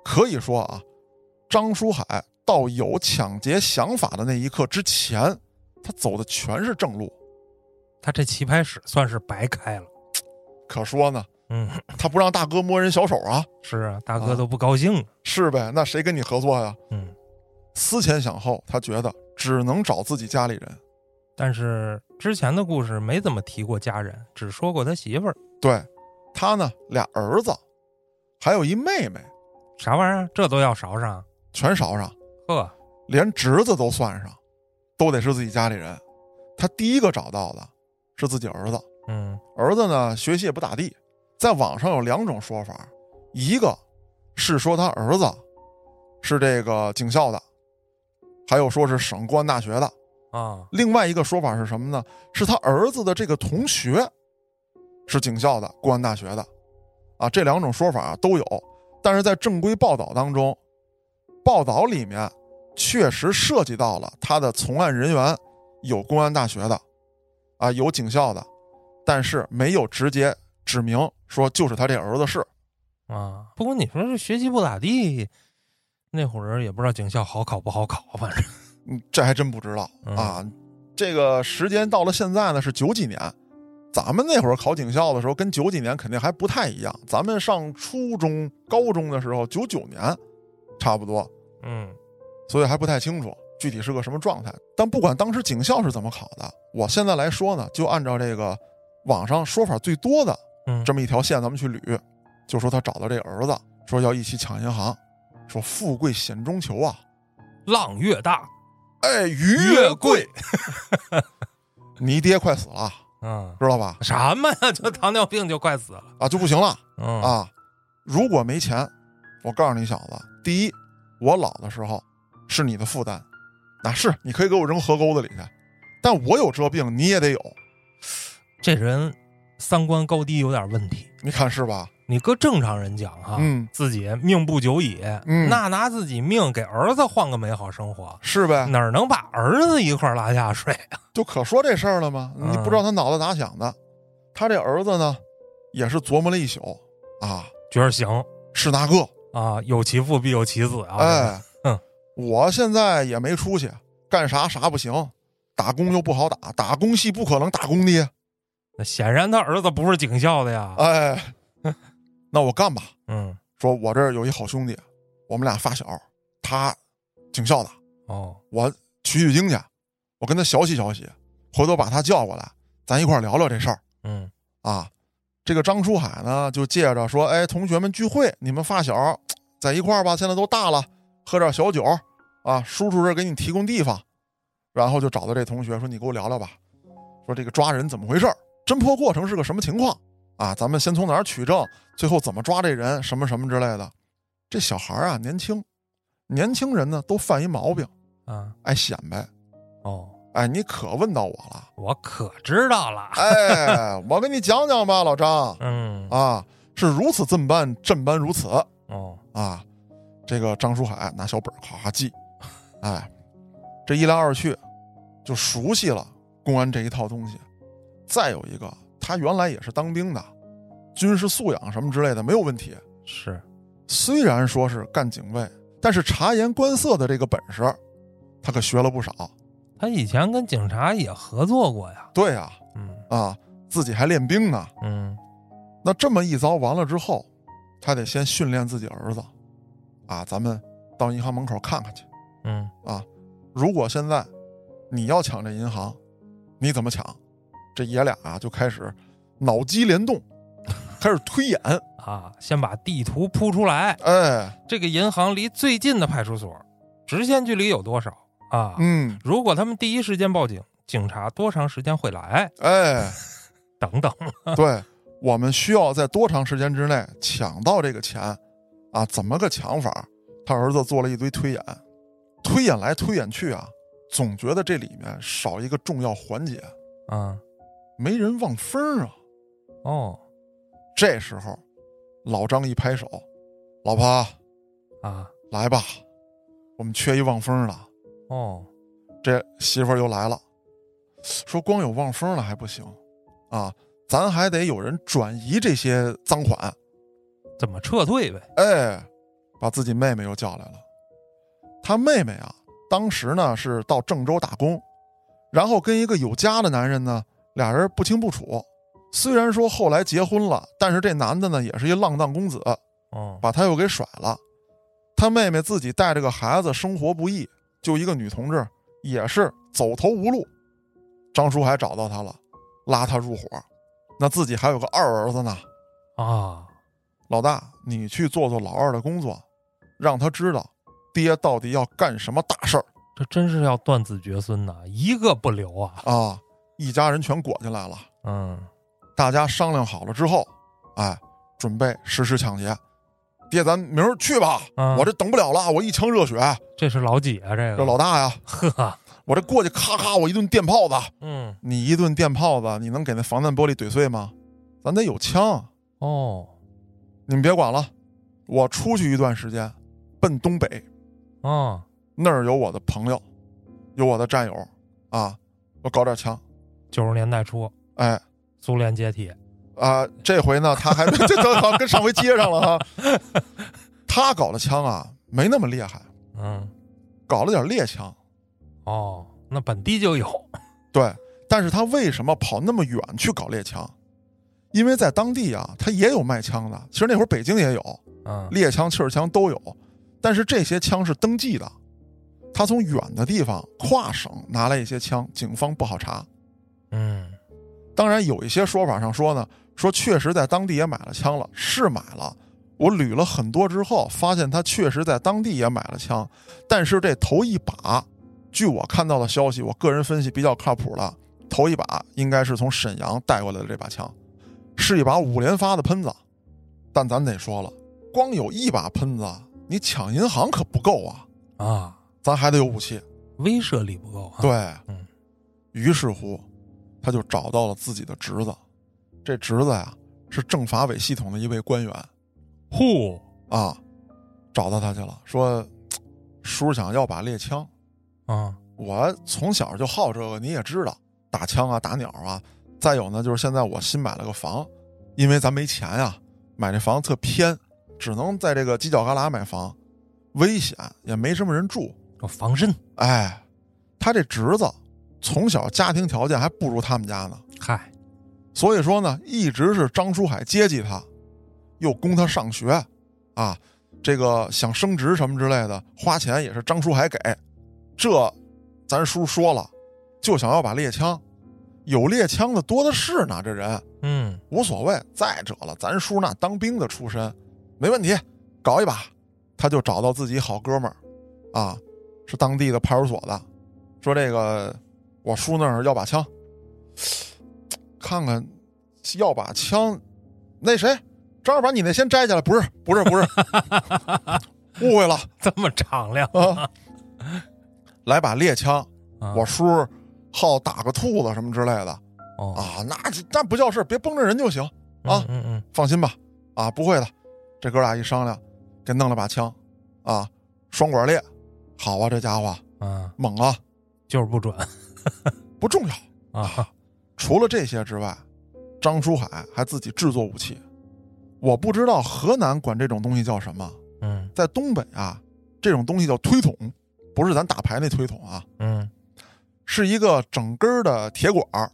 S1: 可以说啊，张书海到有抢劫想法的那一刻之前，他走的全是正路。
S2: 他这棋牌室算是白开了。
S1: 可说呢，
S2: 嗯，
S1: 他不让大哥摸人小手啊，
S2: 是啊，大哥
S1: 啊
S2: 都不高兴了。
S1: 是呗？那谁跟你合作呀？
S2: 嗯，
S1: 思前想后，他觉得只能找自己家里人。
S2: 但是之前的故事没怎么提过家人，只说过他媳妇儿。
S1: 对他呢，俩儿子，还有一妹妹，
S2: 啥玩意儿？啊这都要勺上？
S1: 全捎上。
S2: 呵，
S1: 连侄子都算上，都得是自己家里人。他第一个找到的是自己儿子，
S2: 嗯
S1: 儿子呢学习也不咋地。在网上有两种说法，一个是说他儿子是这个警校的，还有说是省公安大学的。
S2: 啊，
S1: 另外一个说法是什么呢？是他儿子的这个同学是警校的、公安大学的，啊，这两种说法都有。啊但是在正规报道当中，报道里面确实涉及到了他的从案人员有公安大学的，啊，有警校的，但是没有直接指明说就是他这儿子是。
S2: 啊。不过你说这学习不咋地，那会儿也不知道警校好考不好考，反正
S1: 嗯，这还真不知道
S2: 嗯
S1: 啊。这个时间到了现在呢是九几年，咱们那会儿考警校的时候跟九几年肯定还不太一样。咱们上初中、高中的时候，九九年差不多，
S2: 嗯
S1: 所以还不太清楚具体是个什么状态。但不管当时警校是怎么考的，我现在来说呢，就按照这个网上说法最多的
S2: 嗯，
S1: 这么一条线，咱们去捋，就说他找到这儿子，说要一起抢银行，说富贵险中求啊，
S2: 浪越大
S1: 哎，鱼
S2: 越
S1: 贵
S2: 贵，
S1: 你爹快死了，
S2: 啊。
S1: 知道吧？
S2: 什么呀？ 就糖尿病就快死了。
S1: 啊，就不行了
S2: 嗯，
S1: 啊！如果没钱，我告诉你小子，第一，我老的时候是你的负担，那、是你可以给我扔河沟子里去，但我有这病你也得有，
S2: 这人三观高低有点问题。
S1: 你看是吧？
S2: 你搁正常人讲哈，
S1: 嗯
S2: 自己命不久矣，
S1: 嗯
S2: 那拿自己命给儿子换个美好生活，
S1: 是呗，
S2: 哪能把儿子一块儿拉下水 啊？
S1: 就可说这事儿了吗？你
S2: 嗯
S1: 不知道他脑子咋想的，他这儿子呢，也是琢磨了一宿啊，
S2: 觉得行
S1: 是那个，
S2: 啊，有其父必有其子啊。
S1: 哎，
S2: 嗯
S1: 我现在也没出息，干啥啥不行，打工又不好打，打工系不可能打工的，
S2: 那显然他儿子不是警校的呀。
S1: 哎，那我干吧。
S2: 嗯，
S1: 说我这儿有一好兄弟，我们俩发小，他警校的，
S2: 哦，
S1: 我取取经去，我跟他学习学习，回头把他叫过来，咱一块儿聊聊这事儿
S2: 嗯
S1: 啊。这个张书海呢，就借着说，哎，同学们聚会，你们发小在一块儿吧，现在都大了，喝点小酒啊，叔叔这儿给你提供地方，然后就找到这同学说，你给我聊聊吧，说这个抓人怎么回事儿，侦破过程是个什么情况啊？咱们先从哪儿取证，最后怎么抓这人，什么什么之类的。这小孩儿啊，年轻，年轻人呢都犯一毛病，
S2: 啊，
S1: 爱显摆，
S2: 哦，
S1: 哎，你可问到我了。
S2: 我可知道了。
S1: 哎，我给你讲讲吧，老张
S2: 嗯，
S1: 啊，是如此这般，正般如此
S2: 哦，
S1: 啊。这个张书海拿小本儿咔咔记，哎，这一来二去就熟悉了公安这一套东西。再有一个，他原来也是当兵的，军事素养什么之类的没有问题。
S2: 是，
S1: 虽然说是干警卫，但是察言观色的这个本事，他可学了不少。
S2: 他以前跟警察也合作过呀。
S1: 对呀、
S2: 嗯
S1: 啊，自己还练兵呢。
S2: 嗯，
S1: 那这么一遭完了之后，他得先训练自己儿子，啊，咱们到银行门口看看去。
S2: 嗯，
S1: 如果现在你要抢这银行，你怎么抢？这爷俩啊就开始脑机联动，开始推演。
S2: 啊，先把地图铺出来，
S1: 哎，
S2: 这个银行离最近的派出所直线距离有多少啊？
S1: 嗯，
S2: 如果他们第一时间报警，警察多长时间会来？
S1: 哎，
S2: 等等，
S1: 对，我们需要在多长时间之内抢到这个钱啊？怎么个抢法？他儿子做了一堆推演，推演来推演去啊，总觉得这里面少一个重要环节。
S2: 啊，
S1: 没人望风儿啊。
S2: 哦，
S1: 这时候，老张一拍手：“老婆，
S2: 啊，
S1: 来吧，我们缺一望风儿的。
S2: 哦，”
S1: 这媳妇儿又来了，说：“光有望风儿了还不行啊，咱还得有人转移这些赃款。
S2: 怎么撤退呗？”
S1: 哎，把自己妹妹又叫来了。他妹妹啊，当时呢是到郑州打工，然后跟一个有家的男人呢，俩人不清不楚。虽然说后来结婚了，但是这男的呢也是一浪荡公子，
S2: 哦，
S1: 把他又给甩了。他妹妹自己带着个孩子，生活不易，就一个女同志，也是走投无路。张书海找到她了，拉她入伙。那自己还有个二儿子呢，
S2: 啊，
S1: 老大，你去做做老二的工作，让他知道爹到底要干什么大事儿
S2: 这真是要断子绝孙呐，一个不留啊！
S1: 啊！一家人全裹进来了，
S2: 嗯，
S1: 大家商量好了之后，哎，准备实施抢劫。爹，咱明儿去吧，
S2: 啊
S1: 我这等不了了，我一腔热血，
S2: 这是老几啊？这个
S1: 这老大呀，
S2: 呵，
S1: 我这过去咔咔，我一顿电炮子，
S2: 嗯，
S1: 你一顿电炮子，你能给那防弹玻璃怼碎吗？咱得有枪，
S2: 哦，
S1: 你们别管了，我出去一段时间，奔东北
S2: 哦，
S1: 那儿有我的朋友，有我的战友，啊，我搞点枪，
S2: 九十年代初，
S1: 哎，
S2: 苏联解体，
S1: 啊，这回呢，他还这正好跟上回接上了哈。他搞的枪啊，没那么厉害，
S2: 嗯，
S1: 搞了点猎枪。
S2: 哦，那本地就有，
S1: 对，但是他为什么跑那么远去搞猎枪？因为在当地啊，他也有卖枪的。其实那会儿北京也有
S2: 嗯
S1: 猎枪、气儿枪都有，但是这些枪是登记的。他从远的地方跨省拿来一些枪，警方不好查。
S2: 嗯
S1: 当然，有一些说法上说呢，说确实在当地也买了枪了，是买了。我捋了很多之后，发现他确实在当地也买了枪，但是这头一把，据我看到的消息，我个人分析比较靠谱的，头一把应该是从沈阳带过来的这把枪，是一把五连发的喷子。但咱得说了，光有一把喷子，你抢银行可不够啊，
S2: 啊，
S1: 咱还得有武器。
S2: 威慑力不够啊，
S1: 对，
S2: 嗯
S1: 于是乎，他就找到了自己的侄子。这侄子呀、是政法委系统的一位官员
S2: 呼，
S1: 啊，找到他去了，说：“叔想要把猎枪，
S2: 啊
S1: 我从小就好这个，你也知道，打枪啊，打鸟啊。再有呢，就是现在我新买了个房，因为咱没钱呀、买这房特偏，只能在这个犄角旮旯买房，危险也没什么人住。
S2: 这防身，
S1: 哎，他这侄子从小家庭条件还不如他们家呢。”
S2: 嗨，
S1: 所以说呢，一直是张书海接济他，又供他上学，啊，这个想升职什么之类的，花钱也是张书海给。这咱叔说了，就想要把猎枪，有猎枪的多的是呢，这人
S2: 嗯
S1: 无所谓。再者了，咱叔那当兵的出身，没问题，搞一把。他就找到自己好哥们儿，啊，是当地的派出所的，说这个我叔那儿要把枪，看看要把枪，那谁张二把你那先摘下来，不是不是不 是，误会了
S2: 这么敞亮，
S1: 啊，来把猎枪，
S2: 啊
S1: 我叔好打个兔子什么之类的
S2: 哦
S1: 啊，那那不叫事儿，别崩着人就行。啊
S2: 嗯嗯
S1: 放心吧，啊，不会的。这哥俩一商量，给弄了把枪，啊，双管猎，好啊，这家伙
S2: 嗯啊，
S1: 猛啊，
S2: 就是不准
S1: 不重要。
S2: 啊，
S1: 除了这些之外，张书海还自己制作武器。我不知道河南管这种东西叫什么，
S2: 嗯
S1: 在东北啊，这种东西叫推筒，不是咱打牌那推筒啊，
S2: 嗯
S1: 是一个整根儿的铁管儿，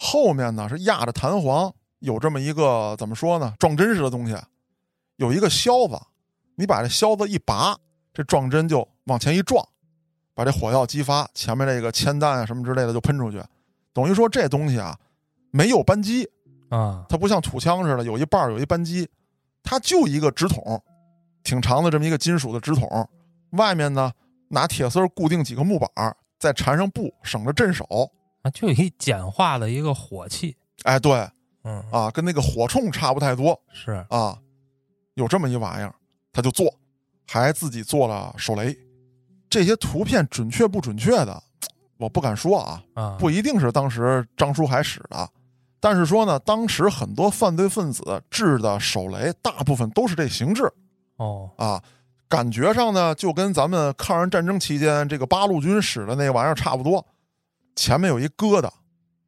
S1: 后面呢是压着弹簧，有这么一个怎么说呢，撞针似的东西，有一个销子，你把这销子一拔，这撞针就往前一撞，把这火药激发，前面这个铅弹啊什么之类的就喷出去，等于说这东西啊没有扳机，
S2: 啊，
S1: 它不像土枪似的有一半儿有一扳机，它就一个直筒，挺长的这么一个金属的直筒，外面呢拿铁丝儿固定几个木板儿，再缠上布，省着震手。
S2: 啊，就一简化的一个火器，
S1: 哎，对
S2: 嗯
S1: 啊，跟那个火铳差不太多
S2: 是，
S1: 啊，有这么一玩意儿，他就做，还自己做了手雷。这些图片准确不准确的，我不敢说啊，
S2: 啊，
S1: 不一定是当时张书海使的，但是说呢，当时很多犯罪分子制的手雷，大部分都是这形制
S2: 哦，
S1: 啊。感觉上呢，就跟咱们抗日战争期间这个八路军使的那玩意儿差不多，前面有一疙瘩，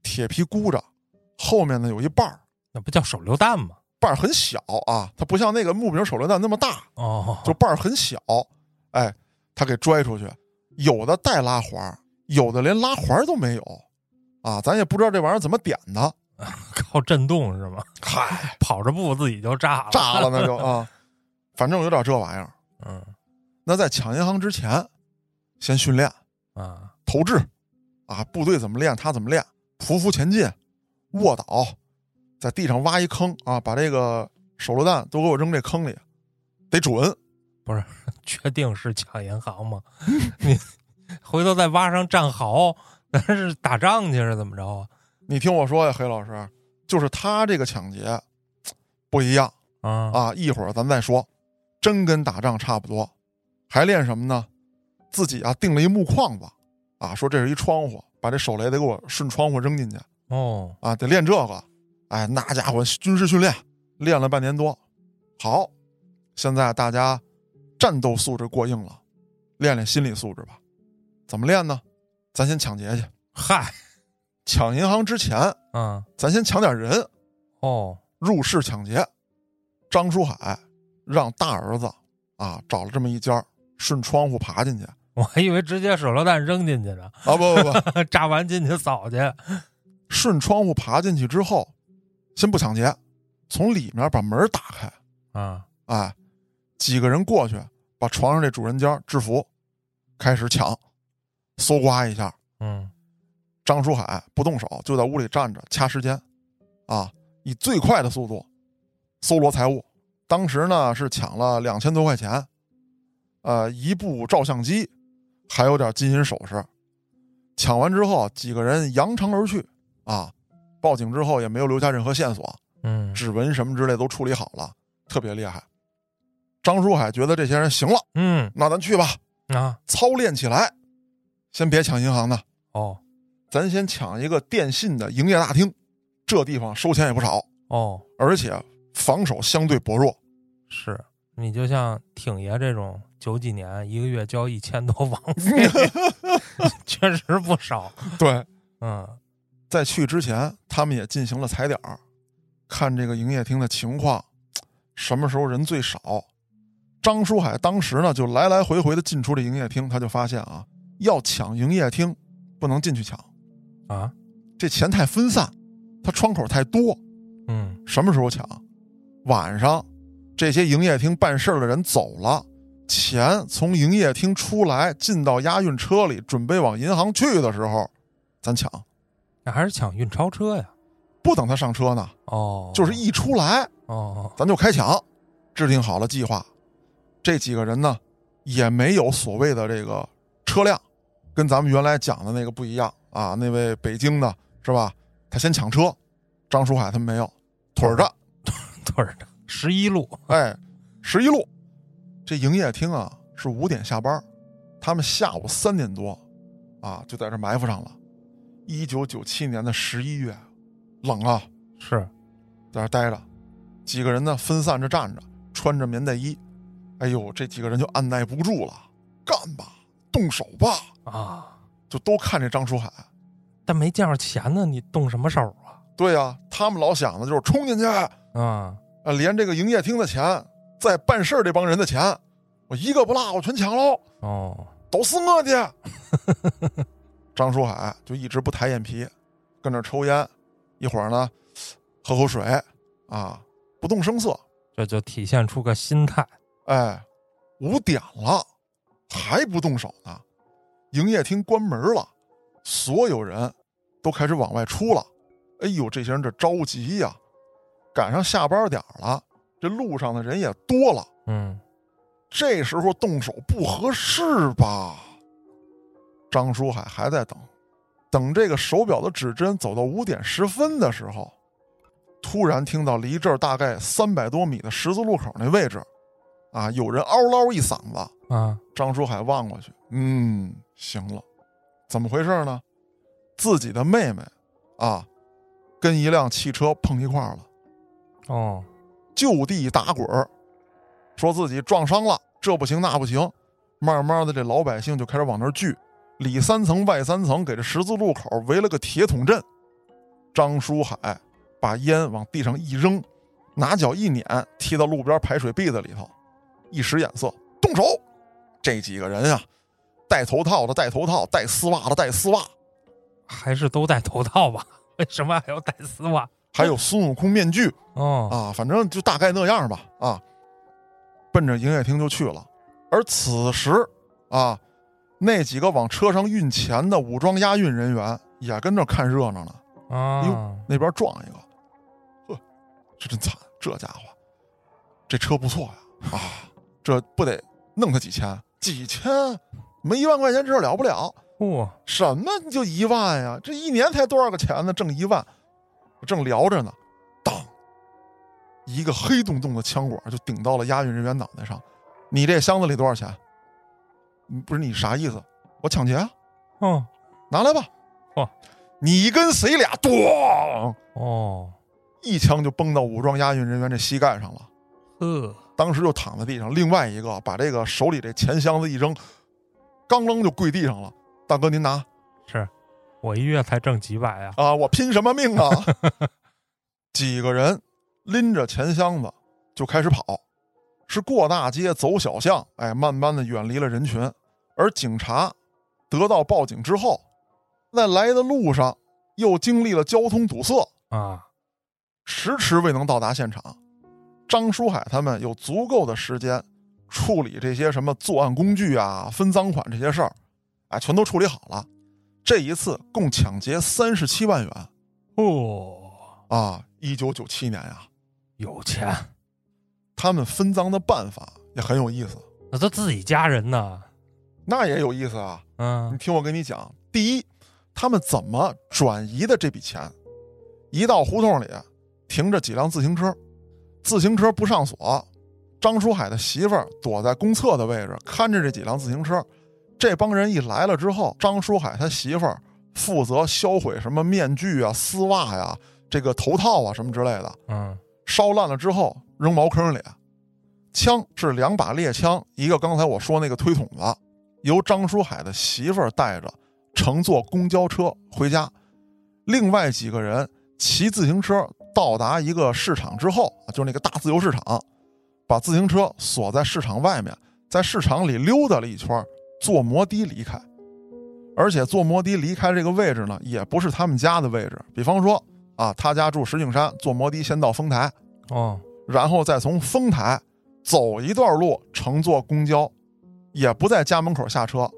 S1: 铁皮箍着，后面呢有一把儿，
S2: 那不叫手榴弹吗？
S1: 瓣儿很小啊，它不像那个木柄手榴弹那么大，
S2: 哦，
S1: 就瓣儿很小，哎，它给拽出去，有的带拉环儿，有的连拉环儿都没有，啊，咱也不知道这玩意儿怎么点的，
S2: 靠震动是吗？
S1: 嗨，
S2: 跑着步自己就炸了，
S1: 炸了那就啊，反正有点这玩意儿。
S2: 嗯
S1: 那在抢银行之前，先训练
S2: 啊，
S1: 投掷，啊，部队怎么练他怎么练，匍匐前进，卧倒，在地上挖一坑啊，把这个手榴弹都给我扔这坑里，得准，
S2: 确定是抢银行吗？ 你回头再挖上战壕，那是打仗去是怎么着啊？
S1: 你听我说呀，黑老师，就是他这个抢劫不一样
S2: 啊
S1: 啊，一会儿咱再说，真跟打仗差不多。还练什么呢？自己啊定了一木框子，啊，说这是一窗户，把这手雷得给我顺窗户扔进去
S2: 哦，
S1: 啊，得练这个。哎，那家伙军事训练练了半年多，好，现在大家战斗素质过硬了，练练心理素质吧。怎么练呢？咱先抢劫去。
S2: 嗨，
S1: 抢银行之前，
S2: 嗯，
S1: 咱先抢点人，
S2: 哦，
S1: 入室抢劫。张书海让大儿子啊找了这么一家，顺窗户爬进去啊
S2: 我还以为直接手榴弹扔进去呢，
S1: 不不不，不
S2: 炸完进去扫去。
S1: 顺窗户爬进去之后，先不抢劫，从里面把门打开，
S2: 啊，
S1: 哎，几个人过去把床上这主人家制服，开始抢，搜刮一下。
S2: 嗯
S1: 张书海不动手，就在屋里站着掐时间，啊，以最快的速度搜罗财物。当时呢是抢了两千多块钱，呃，一部照相机，还有点金银首饰。抢完之后，几个人扬长而去啊！报警之后也没有留下任何线索，
S2: 嗯
S1: 指纹什么之类都处理好了，特别厉害。张书海觉得这些人行了，
S2: 嗯
S1: 那咱去吧，
S2: 啊，
S1: 操练起来。先别抢银行的，
S2: 哦
S1: 咱先抢一个电信的营业大厅，这地方收钱也不少，
S2: 哦，
S1: 而且防守相对薄弱。
S2: 是你就像挺爷这种九几年一个月交一千多网费， 确实不少。
S1: 对，
S2: 嗯
S1: 在去之前，他们也进行了踩点儿，看这个营业厅的情况，什么时候人最少。张书海当时呢就来来回回的进出这营业厅，他就发现啊，要抢营业厅不能进去抢，
S2: 啊
S1: 这钱太分散，它窗口太多，
S2: 嗯
S1: 什么时候抢？晚上，这些营业厅办事儿的人走了，钱从营业厅出来，进到押运车里，准备往银行去的时候，咱抢，
S2: 那还是抢运钞车呀。
S1: 不等他上车呢，
S2: 哦，
S1: 就是一出来
S2: 哦
S1: 咱就开抢。制定好了计划，这几个人呢，也没有所谓的这个车辆，跟咱们原来讲的那个不一样啊。那位北京的是吧？他先抢车，张书海他们没有，腿儿着。
S2: 腿儿的十一路。
S1: 哎，十一路，这营业厅啊是五点下班儿，他们下午三点多啊就在这埋伏上了。一九九七年的十一月，冷啊，
S2: 是，
S1: 在这待着，几个人呢分散着站着，穿着棉带衣。哎呦，这几个人就按耐不住了，干吧，动手吧，
S2: 啊，
S1: 就都看这张书海。
S2: 但没见着钱呢，你动什么手啊？
S1: 对呀、他们老想的就是冲进去，啊，
S2: 啊，
S1: 连这个营业厅的钱，在办事儿这帮人的钱，我一个不落，我全抢喽。
S2: 哦，
S1: 都是我的。 张书海就一直不抬眼皮，跟那儿抽烟，一会儿呢喝口水啊，不动声色。
S2: 这就体现出个心态。
S1: 哎，五点了还不动手呢，营业厅关门了，所有人都开始往外出了。哎呦，这些人这着急呀，赶上下班点儿了，这路上的人也多了。
S2: 嗯，
S1: 这时候动手不合适吧？张书海还在等，等这个手表的指针走到五点十分的时候，突然听到离这儿大概三百多米的十字路口那位置，啊，有人嗷唠一嗓子。
S2: 啊，
S1: 张书海望过去，嗯，行了，怎么回事呢？自己的妹妹啊，跟一辆汽车碰一块儿了。
S2: 哦，
S1: 就地打滚儿，说自己撞伤了，这不行那不行。慢慢的，这老百姓就开始往那儿聚，里三层外三层，给这十字路口围了个铁桶阵。张书海把烟往地上一扔，拿脚一撵，踢到路边排水篦子里头，一使眼色，动手。这几个人啊，戴头套的戴头套，戴丝袜的戴丝袜，
S2: 还是都戴头套吧？为什么还要戴丝袜？
S1: 还有孙悟空面具。
S2: 哦，
S1: 啊，反正就大概那样吧啊，奔着营业厅就去了。而此时啊，那几个往车上运钱的武装押运人员也跟着看热闹呢，
S2: 啊，
S1: 那边撞一个，呵，这真惨，这家伙，这车不错呀啊，这不得弄他几千？几千？没一万块钱这事儿了不了？
S2: 嚯、
S1: 什么就一万呀？这一年才多少个钱呢？挣一万，正聊着呢，当，一个黑洞洞的枪管就顶到了押运人员脑袋上。你这箱子里多少钱？嗯不是你啥意思？我抢劫啊！
S2: 哦，
S1: 拿来吧。
S2: 哇，
S1: 你跟谁俩？咣，
S2: 哦，
S1: 一枪就崩到武装押运人员这膝盖上了，
S2: 呵，
S1: 当时就躺在地上。另外一个把这个手里这钱箱子一扔，刚扔就跪地上了。大哥，您拿。
S2: 是，我一月才挣几百呀、
S1: 啊，我拼什么命啊？ 几个人拎着钱箱子就开始跑，是过大街走小巷，哎，慢慢的远离了人群。而警察得到报警之后，在来的路上又经历了交通堵塞，
S2: 啊！
S1: 迟迟未能到达现场。张书海他们有足够的时间处理这些什么作案工具啊、分赃款这些事儿，哎，全都处理好了。这一次共抢劫三十七万元
S2: 哦，
S1: 啊！一九九七年呀、
S2: 有钱，
S1: 他们分赃的办法也很有意思，
S2: 那都自己家人呢。
S1: 那也有意思啊！你
S2: 嗯，
S1: 听我跟你讲，第一，他们怎么转移的这笔钱？一到胡同里，停着几辆自行车，自行车不上锁，张书海的媳妇儿躲在公厕的位置看着这几辆自行车。这帮人一来了之后，张书海他媳妇儿负责销毁什么面具啊、丝袜呀、这个头套啊什么之类的，
S2: 嗯，
S1: 烧烂了之后扔茅坑里。啊枪是两把猎枪，一个刚才我说那个推筒子，由张书海的媳妇儿带着乘坐公交车回家。另外几个人骑自行车到达一个市场之后，啊就是那个大自由市场，把自行车锁在市场外面，在市场里溜达了一圈，坐摩的离开。而且坐摩的离开这个位置呢，也不是他们家的位置。比方说啊，他家住石景山，坐摩的先到丰台，
S2: 哦，
S1: 然后再从丰台走一段路，乘坐公交，也不在家门口下车。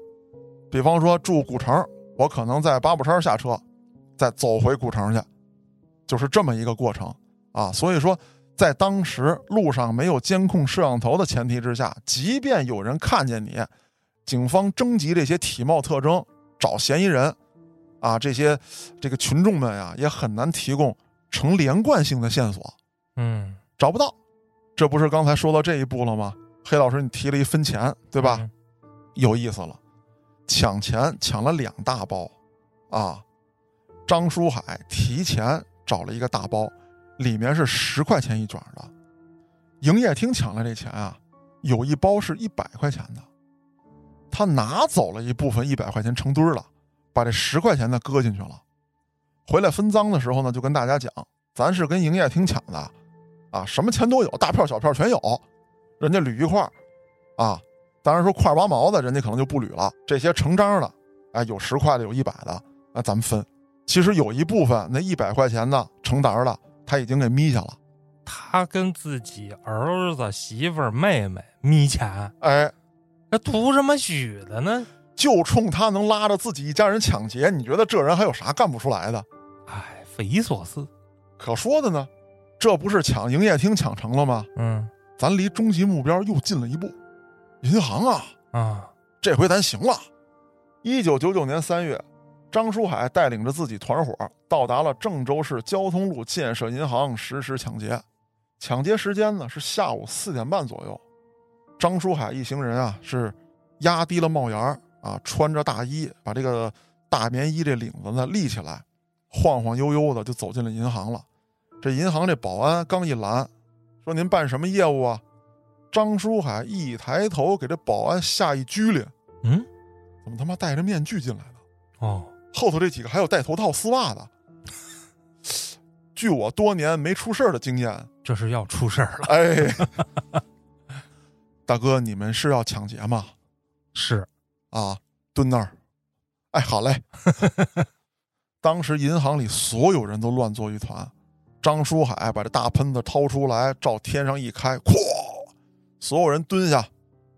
S1: 比方说住古城，我可能在八步山下车，再走回古城去，就是这么一个过程啊。所以说，在当时路上没有监控摄像头的前提之下，即便有人看见你，警方征集这些体貌特征，找嫌疑人，啊，这些这个群众们啊呀，也很难提供成连贯性的线索。
S2: 嗯，
S1: 找不到。这不是刚才说到这一步了吗？黑老师，你提了一分钱，对吧？
S2: 嗯？
S1: 有意思了，抢钱抢了两大包，啊，张书海提前找了一个大包，里面是十块钱一卷的。营业厅抢了这钱啊，有一包是一百块钱的，他拿走了一部分一百块钱成堆儿了，把这十块钱的搁进去了。回来分赃的时候呢，就跟大家讲，咱是跟营业厅抢的，啊，什么钱都有，大票小票全有，人家捋一块儿，啊，当然说块儿八毛的，人家可能就不捋了。这些成章的，哎，有十块的，有一百的，那咱们分。其实有一部分那一百块钱的成单儿的，他已经给眯下了。
S2: 他跟自己儿子、媳妇儿、妹妹咪钱，
S1: 哎，
S2: 那图什么许的呢？
S1: 就冲他能拉着自己一家人抢劫，你觉得这人还有啥干不出来的？
S2: 哎，匪夷所思。
S1: 可说的呢，这不是抢营业厅抢成了吗？
S2: 嗯
S1: 咱离终极目标又近了一步，银行啊！
S2: 啊，
S1: 这回咱行了。一九九九年三月，张书海带领着自己团伙到达了郑州市交通路建设银行实施抢劫。抢劫时间呢是下午四点半左右。张书海一行人啊是压低了帽檐儿啊，穿着大衣，把这个大棉衣这领子呢立起来，晃晃悠悠的就走进了银行了。这银行这保安刚一拦，说：“您办什么业务啊？”张书海一抬头，给这保安吓一拘脸。
S2: 嗯，
S1: 怎么他妈戴着面具进来的？
S2: 哦，
S1: 后头这几个还有戴头套、丝袜的。据我多年没出事儿的经验，
S2: 这是要出事儿了。
S1: 哎，大哥，你们是要抢劫吗？
S2: 是，
S1: 啊，蹲那儿。哎，好嘞。 当时银行里所有人都乱作一团。张书海把这大喷子掏出来，照天上一开，咵，所有人蹲下。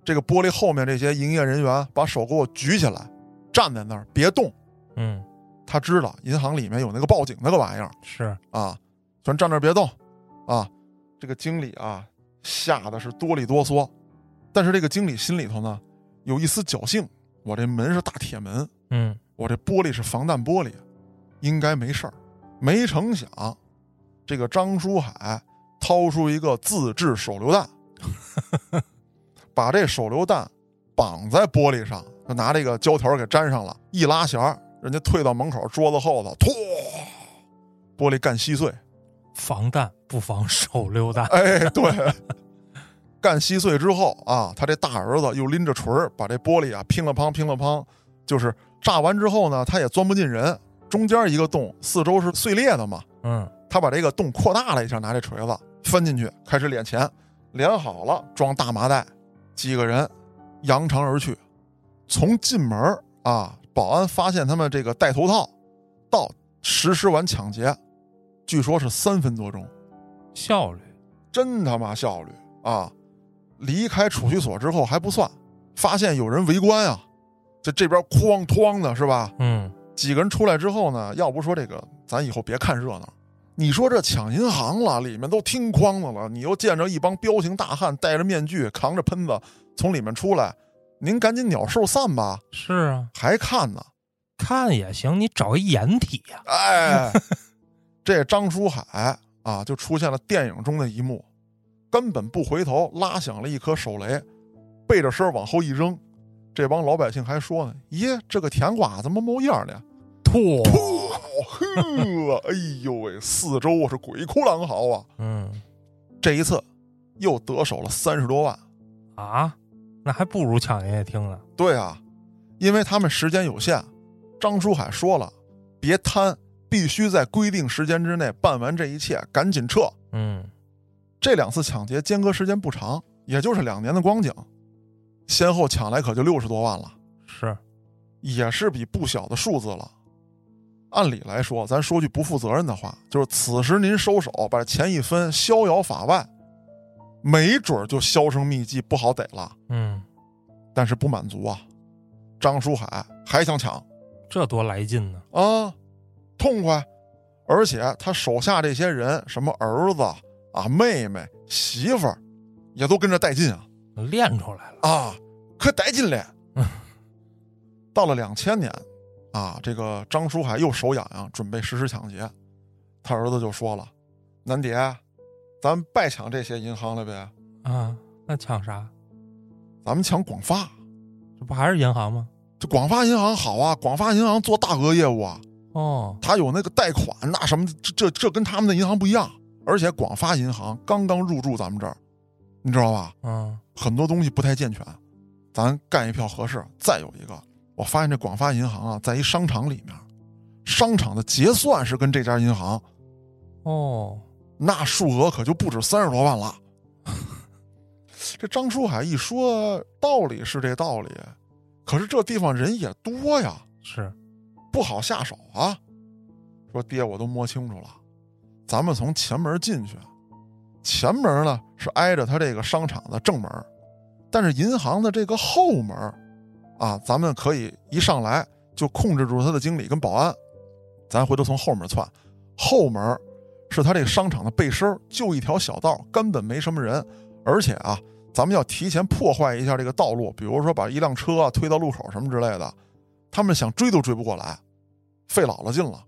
S1: 这个玻璃后面这些营业人员把手给我举起来，站在那儿别动。
S2: 嗯，
S1: 他知道银行里面有那个报警那个玩意儿
S2: 是，
S1: 啊，全站那儿别动啊。这个经理啊，吓得是哆里哆嗦，但是这个经理心里头呢，有一丝侥幸，我这门是大铁门，
S2: 嗯，
S1: 我这玻璃是防弹玻璃，啊应该没事儿。没成想，这个张书海掏出一个自制手榴弹，把这手榴弹绑在玻璃上，就拿这个胶条给粘上了。一拉弦儿，人家退到门口桌子后头，突，玻璃干稀碎。
S2: 防弹不防手榴弹。
S1: 哎，对，干稀碎之后啊，他这大儿子又拎着锤儿把这玻璃啊乒了乓乒了乓，就是炸完之后呢，他也钻不进人，中间一个洞，四周是碎裂的嘛，
S2: 嗯
S1: 他把这个洞扩大了一下，拿这锤子翻进去，开始敛钱，敛好了装大麻袋，几个人扬长而去。从进门儿啊，保安发现他们这个戴头套，到实施完抢劫，据说是三分多钟，
S2: 效率，
S1: 真他妈效率啊！离开储蓄所之后还不算，发现有人围观啊，这这边哐哐的是吧？
S2: 嗯
S1: 几个人出来之后呢，要不说这个，咱以后别看热闹。你说这抢银行了，里面都听筐子了，你又见着一帮彪形大汉戴着面具、扛着喷子从里面出来，您赶紧鸟兽散吧！
S2: 是啊，
S1: 还看呢？
S2: 看也行，你找一掩体呀、
S1: 哎，这张书海啊，就出现了电影中的一幕，根本不回头，拉响了一颗手雷，背着身往后一扔。这帮老百姓还说呢：“咦，这个甜瓜怎么冒烟了呀？”
S2: 吐，
S1: 呵，哎呦喂，四周啊我是鬼哭狼嚎啊！
S2: 嗯
S1: 这一次又得手了三十多万。
S2: 啊，那还不如抢营业厅呢。
S1: 对啊，因为他们时间有限，张书海说了，别贪，必须在规定时间之内办完这一切，赶紧撤。
S2: 嗯
S1: 这两次抢劫间隔时间不长，也就是两年的光景，先后抢来可就六十多万了，
S2: 是，
S1: 也是笔不小的数字了。按理来说，咱说句不负责任的话，就是此时您收手，把钱一分，逍遥法外，没准儿就销声匿迹，不好逮了。
S2: 嗯，
S1: 但是不满足啊，张书海还想抢
S2: 这多来劲呢。
S1: 啊，痛快！而且他手下这些人，什么儿子啊、妹妹、媳妇儿，也都跟着带劲啊
S2: 练出来了，
S1: 啊，可带劲嘞
S2: 嗯！
S1: 到了两千年，啊，这个张书海又手痒痒，准备实施抢劫。他儿子就说了：“南蝶，咱别抢这些银行了呗，
S2: 啊，那抢啥？
S1: 咱们抢广发。
S2: 这不还是银行吗？
S1: 这广发银行好啊，广发银行做大额业务啊，
S2: 哦，
S1: 他有那个贷款，那什么，这这这跟他们的银行不一样。而且广发银行刚刚入驻咱们这儿，你知道吧？
S2: 嗯，
S1: 很多东西不太健全，咱干一票合适。再有一个，我发现这广发银行啊，在一商场里面，商场的结算是跟这家银行，
S2: 哦，
S1: 那数额可就不止三十多万了。 这张书海一说，道理是这道理，可是这地方人也多呀，
S2: 是，
S1: 不好下手啊。说爹，我都摸清楚了，咱们从前门进去，前门呢是挨着他这个商场的正门，但是银行的这个后门，啊，咱们可以一上来就控制住他的经理跟保安，咱回头从后门窜。后门是他这个商场的背身，就一条小道，根本没什么人。而且啊，咱们要提前破坏一下这个道路，比如说把一辆车啊推到路口什么之类的，他们想追都追不过来，费老了劲了。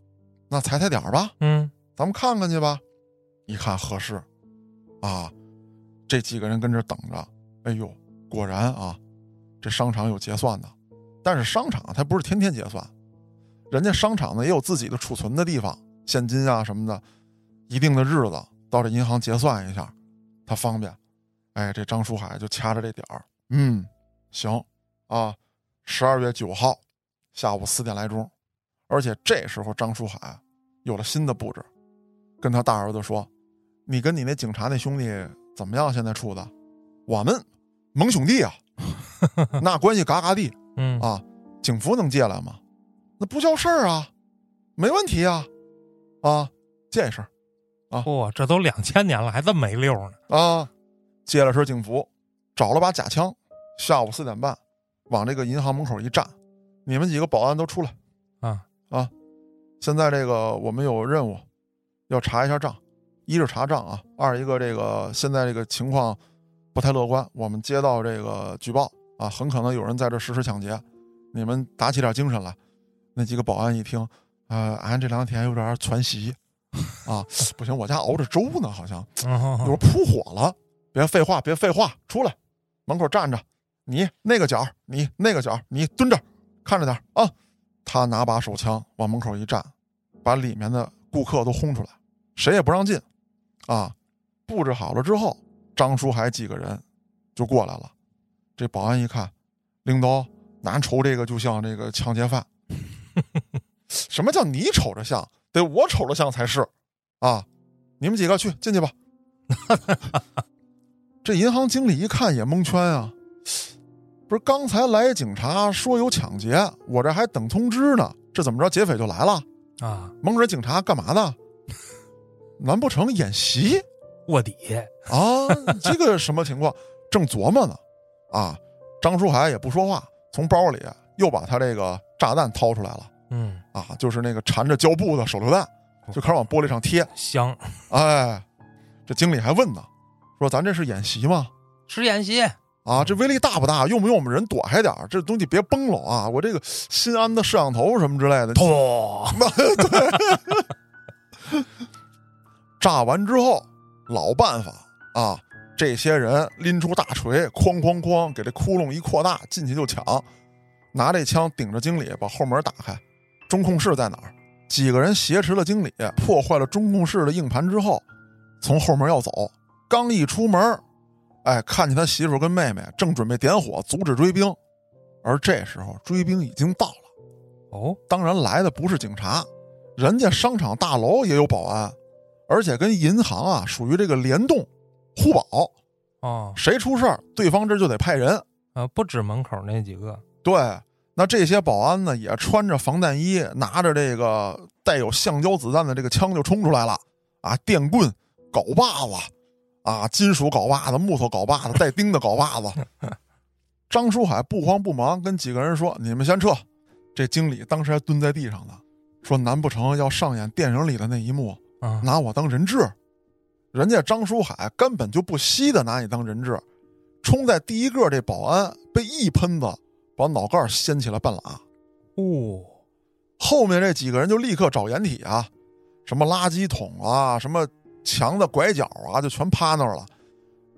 S1: 那踩踩点儿吧，
S2: 嗯，
S1: 咱们看看去吧。一看合适，啊，这几个人跟这儿等着。哎呦，果然啊，这商场有结算的，但是商场它不是天天结算，人家商场呢也有自己的储存的地方，现金啊什么的，一定的日子到这银行结算一下，它方便。哎，这张书海就掐着这点儿，嗯，行啊，十二月九号下午四点来钟，而且这时候张书海有了新的布置，跟他大儿子说：“你跟你那警察那兄弟怎么样？现在处的？我们盟兄弟啊，那关系嘎嘎地
S2: 嗯，
S1: 啊！警服能借来吗？那不叫事儿啊，没问题啊，啊，借一身
S2: 嚯、这都两千年了，还这么没溜呢。
S1: 啊！借了身警服，找了把假枪，下午四点半往这个银行门口一站，你们几个保安都出来。”
S2: 啊，
S1: 现在这个我们有任务，要查一下账，一是查账啊，二一个这个现在这个情况不太乐观，我们接到这个举报啊，很可能有人在这实施抢劫，你们打起点精神来。那几个保安一听，呃，俺这两天有点喘息啊， 不行，我家熬着粥呢，好像一会儿
S2: 哦，
S1: 扑火了，别废话，别废话，出来，门口站着，你那个角，你那个角，你蹲着，看着点儿啊。他拿把手枪往门口一站，把里面的顾客都轰出来，谁也不让进，啊，布置好了之后，张书海几个人就过来了。这保安一看，领导，咱瞅这个就像这个抢劫犯， 什么叫你瞅着像？得我瞅着像才是啊！你们几个去进去吧。这银行经理一看也蒙圈啊，不是刚才来警察说有抢劫，我这还等通知呢，这怎么着劫匪就来了？
S2: 啊，
S1: 蒙着警察干嘛呢？难不成演习
S2: 卧底
S1: 啊？这个什么情况？正琢磨呢，啊！张书海也不说话，从包里又把他这个炸弹掏出来了。
S2: 嗯，
S1: 啊，就是那个缠着胶布的手榴弹，就开始往玻璃上贴。
S2: 香，
S1: 哎，这经理还问呢，说咱这是演习吗？
S2: 吃演习，
S1: 啊，这威力大不大？用不用我们人躲开点儿？这东西别崩了啊！我这个新安的摄像头什么之类的，
S2: 嚯，
S1: 炸完之后，老办法啊，这些人拎出大锤，哐哐哐，给这窟窿一扩大，进去就抢，拿这枪顶着经理，把后门打开。中控室在哪儿？几个人挟持了经理，破坏了中控室的硬盘之后，从后门要走，刚一出门，哎，看见他媳妇跟妹妹正准备点火阻止追兵，而这时候追兵已经到了。
S2: 哦，
S1: 当然来的不是警察，人家商场大楼也有保安，而且跟银行啊属于这个联动互保，
S2: 哦，
S1: 谁出事儿，对方这就得派人。
S2: 啊，不止门口那几个，
S1: 对，那这些保安呢也穿着防弹衣，拿着这个带有橡胶子弹的这个枪就冲出来了啊，电棍、镐把子啊，金属镐把子、木头镐把子、带钉的镐把子。张书海不慌不忙跟几个人说：“你们先撤。”这经理当时还蹲在地上呢，说：“难不成要上演电影里的那一幕？
S2: 啊，
S1: 拿我当人质，人家张书海根本就不惜的拿你当人质，冲在第一个这保安被一喷子把脑盖掀起了半拉，
S2: 哦，
S1: 后面这几个人就立刻找掩体啊，什么垃圾桶啊，什么墙的拐角啊，就全趴那儿了。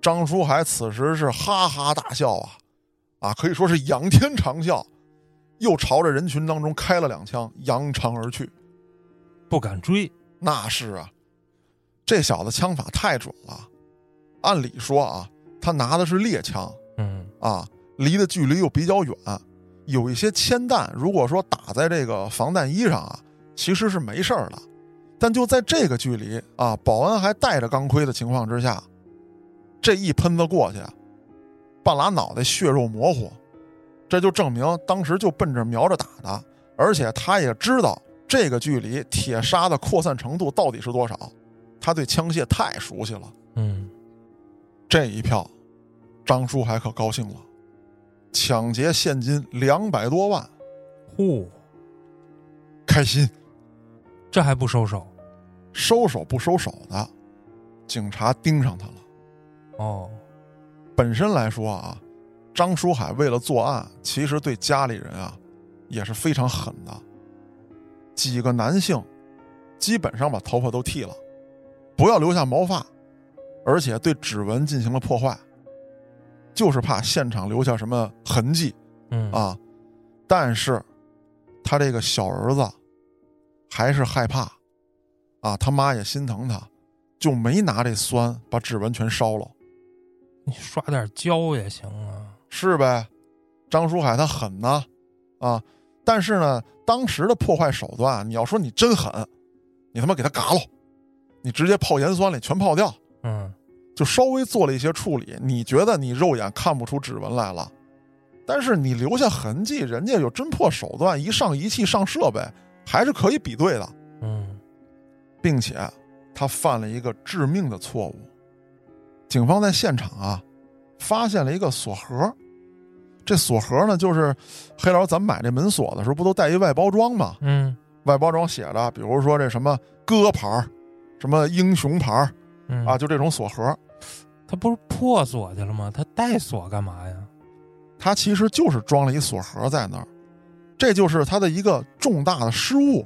S1: 张书海此时是哈哈大笑啊，啊，可以说是仰天长啸，又朝着人群当中开了两枪，扬长而去。
S2: 不敢追，
S1: 那是啊，这小子枪法太准了。按理说啊，他拿的是猎枪
S2: 嗯，
S1: 啊，离的距离又比较远，有一些铅弹，如果说打在这个防弹衣上啊，其实是没事儿的。但就在这个距离啊，保安还戴着钢盔的情况之下，这一喷子过去，半拉脑袋血肉模糊，这就证明当时就奔着瞄着打的，而且他也知道这个距离铁砂的扩散程度到底是多少，他对枪械太熟悉了。
S2: 嗯，
S1: 这一票，张书海可高兴了，抢劫现金两百多万，
S2: 嚯，
S1: 开心，
S2: 哦这还不收手，
S1: 收手不收手的，警察盯上他了。
S2: 哦，
S1: 本身来说啊，张书海为了作案，其实对家里人啊也是非常狠的。几个男性基本上把头发都剃了，不要留下毛发，而且对指纹进行了破坏，就是怕现场留下什么痕迹
S2: 嗯，
S1: 啊。但是，他这个小儿子还是害怕啊，他妈也心疼他，就没拿这酸把指纹全烧了。
S2: 你刷点胶也行啊，
S1: 是呗。张书海他狠呐，啊，但是呢，当时的破坏手段，啊你要说你真狠，你他妈给他嘎喽，你直接泡盐酸里全泡掉，
S2: 嗯，
S1: 就稍微做了一些处理。你觉得你肉眼看不出指纹来了，但是你留下痕迹，人家有侦破手段，一上仪器上设备，还是可以比对的，
S2: 嗯，
S1: 并且他犯了一个致命的错误。警方在现场啊，发现了一个锁盒。这锁盒呢，就是黑老师，咱们买这门锁的时候不都带一外包装吗？
S2: 嗯，
S1: 外包装写着，比如说这什么鸽牌儿、什么英雄牌儿
S2: 嗯
S1: 啊，，就这种锁盒，
S2: 他不是破锁去了吗？他带锁干嘛呀？
S1: 它其实就是装了一锁盒在那儿。这就是他的一个重大的失误，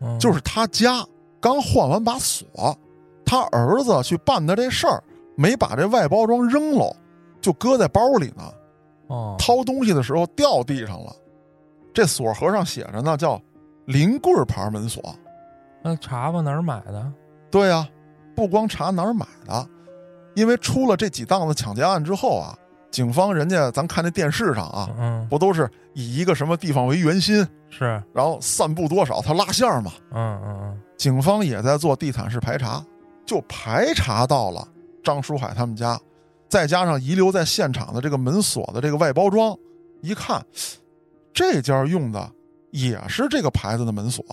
S2: 嗯
S1: 就是他家刚换完把锁，他儿子去办的这事儿，没把这外包装扔了，就搁在包里呢。
S2: 哦，
S1: 掏东西的时候掉地上了。这锁盒上写着呢，叫临柜牌门锁。
S2: 那查吧哪儿买的？
S1: 对呀、不光查哪儿买的，因为出了这几档子抢劫案之后啊，警方人家咱看那电视上啊，
S2: 嗯，
S1: 不都是以一个什么地方为圆心，
S2: 是，
S1: 然后散布多少，他拉线儿嘛。
S2: 嗯嗯
S1: 警方也在做地毯式排查，就排查到了张书海他们家，再加上遗留在现场的这个门锁的这个外包装，一看这家用的也是这个牌子的门锁，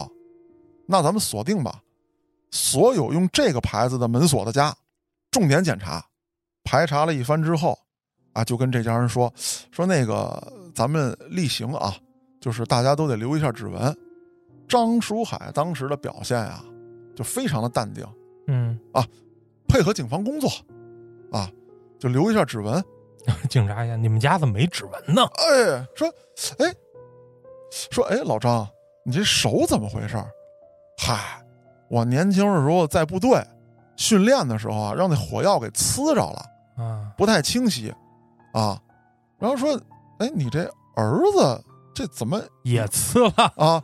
S1: 那咱们锁定吧，所有用这个牌子的门锁的家，重点检查。排查了一番之后，啊，就跟这家人说说那个咱们例行啊，就是大家都得留一下指纹。张书海当时的表现啊，就非常的淡定，
S2: 嗯
S1: 配合警方工作，啊，就留一下指纹。
S2: 嗯，警察呀，你们家怎么没指纹呢？
S1: 哎，说，哎，说，哎，老张，你这手怎么回事儿？嗨，我年轻的时候在部队训练的时候啊，让那火药给呲着了，
S2: 啊，
S1: 不太清晰，啊，然后说，哎，你这儿子这怎么
S2: 也呲了，
S1: 啊，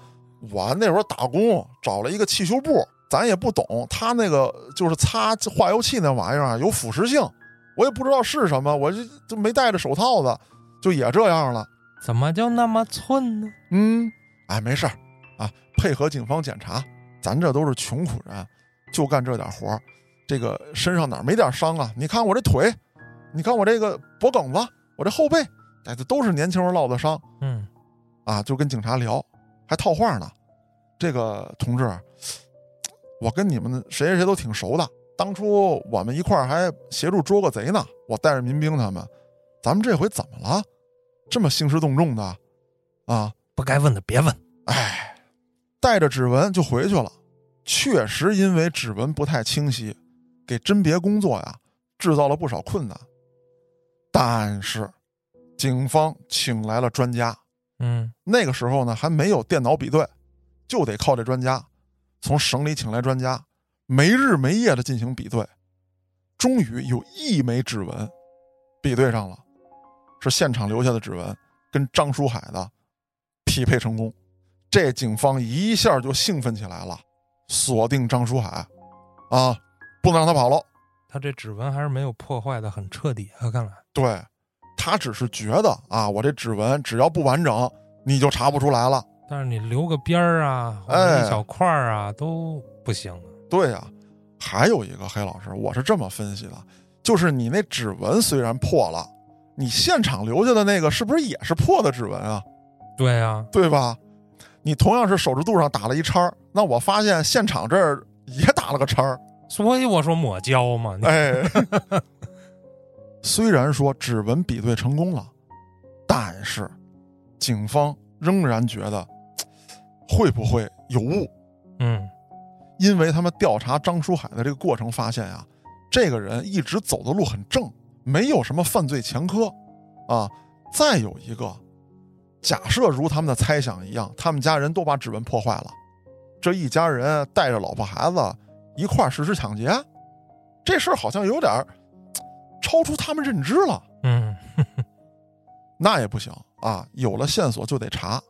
S1: 我那时候打工找了一个汽修部，咱也不懂，他那个就是擦化油器那玩意儿啊，有腐蚀性，我也不知道是什么，我就就没戴着手套子，就也这样了。
S2: 怎么就那么寸呢？
S1: 嗯，哎，没事儿啊，配合警方检查，咱这都是穷苦人，就干这点活儿，这个身上哪儿没点伤啊？你看我这腿，你看我这个脖梗子，我这后背，哎，这都是年轻人落的伤。
S2: 嗯
S1: 啊，就跟警察聊，还套话呢。这个同志，我跟你们谁谁谁都挺熟的，当初我们一块儿还协助捉过贼呢。我带着民兵他们，咱们这回怎么了？这么兴师动众的啊？
S2: 不该问的别问。
S1: 哎，带着指纹就回去了。确实因为指纹不太清晰，给甄别工作呀制造了不少困难。但是，警方请来了专家，
S2: 嗯
S1: 那个时候呢还没有电脑比对，就得靠这专家，从省里请来专家，没日没夜的进行比对，终于有一枚指纹比对上了，是现场留下的指纹，跟张书海的匹配成功，这警方一下就兴奋起来了，锁定张书海，啊，不能让他跑喽。
S2: 他这指纹还是没有破坏的很彻底啊，看来，
S1: 对，他只是觉得啊，我这指纹只要不完整，你就查不出来了。
S2: 但是你留个边儿啊，或者
S1: 哎
S2: 一小块儿啊、都不行啊。
S1: 对呀、还有一个黑老师，我是这么分析的，就是你那指纹虽然破了，你现场留下的那个是不是也是破的指纹啊？
S2: 对啊，
S1: 对吧？你同样是手指肚上打了一叉儿，那我发现现场这儿也打了个叉儿，
S2: 所以我说抹胶嘛，你
S1: 哎，虽然说指纹比对成功了，但是警方仍然觉得会不会有误？
S2: 嗯
S1: 因为他们调查张书海的这个过程发现啊，这个人一直走的路很正，没有什么犯罪前科，啊，再有一个，假设如他们的猜想一样，他们家人都把指纹破坏了，这一家人带着老婆孩子一块儿实施抢劫，这事儿好像有点儿嘖超出他们认知了。
S2: 嗯
S1: 那也不行啊，有了线索就得查。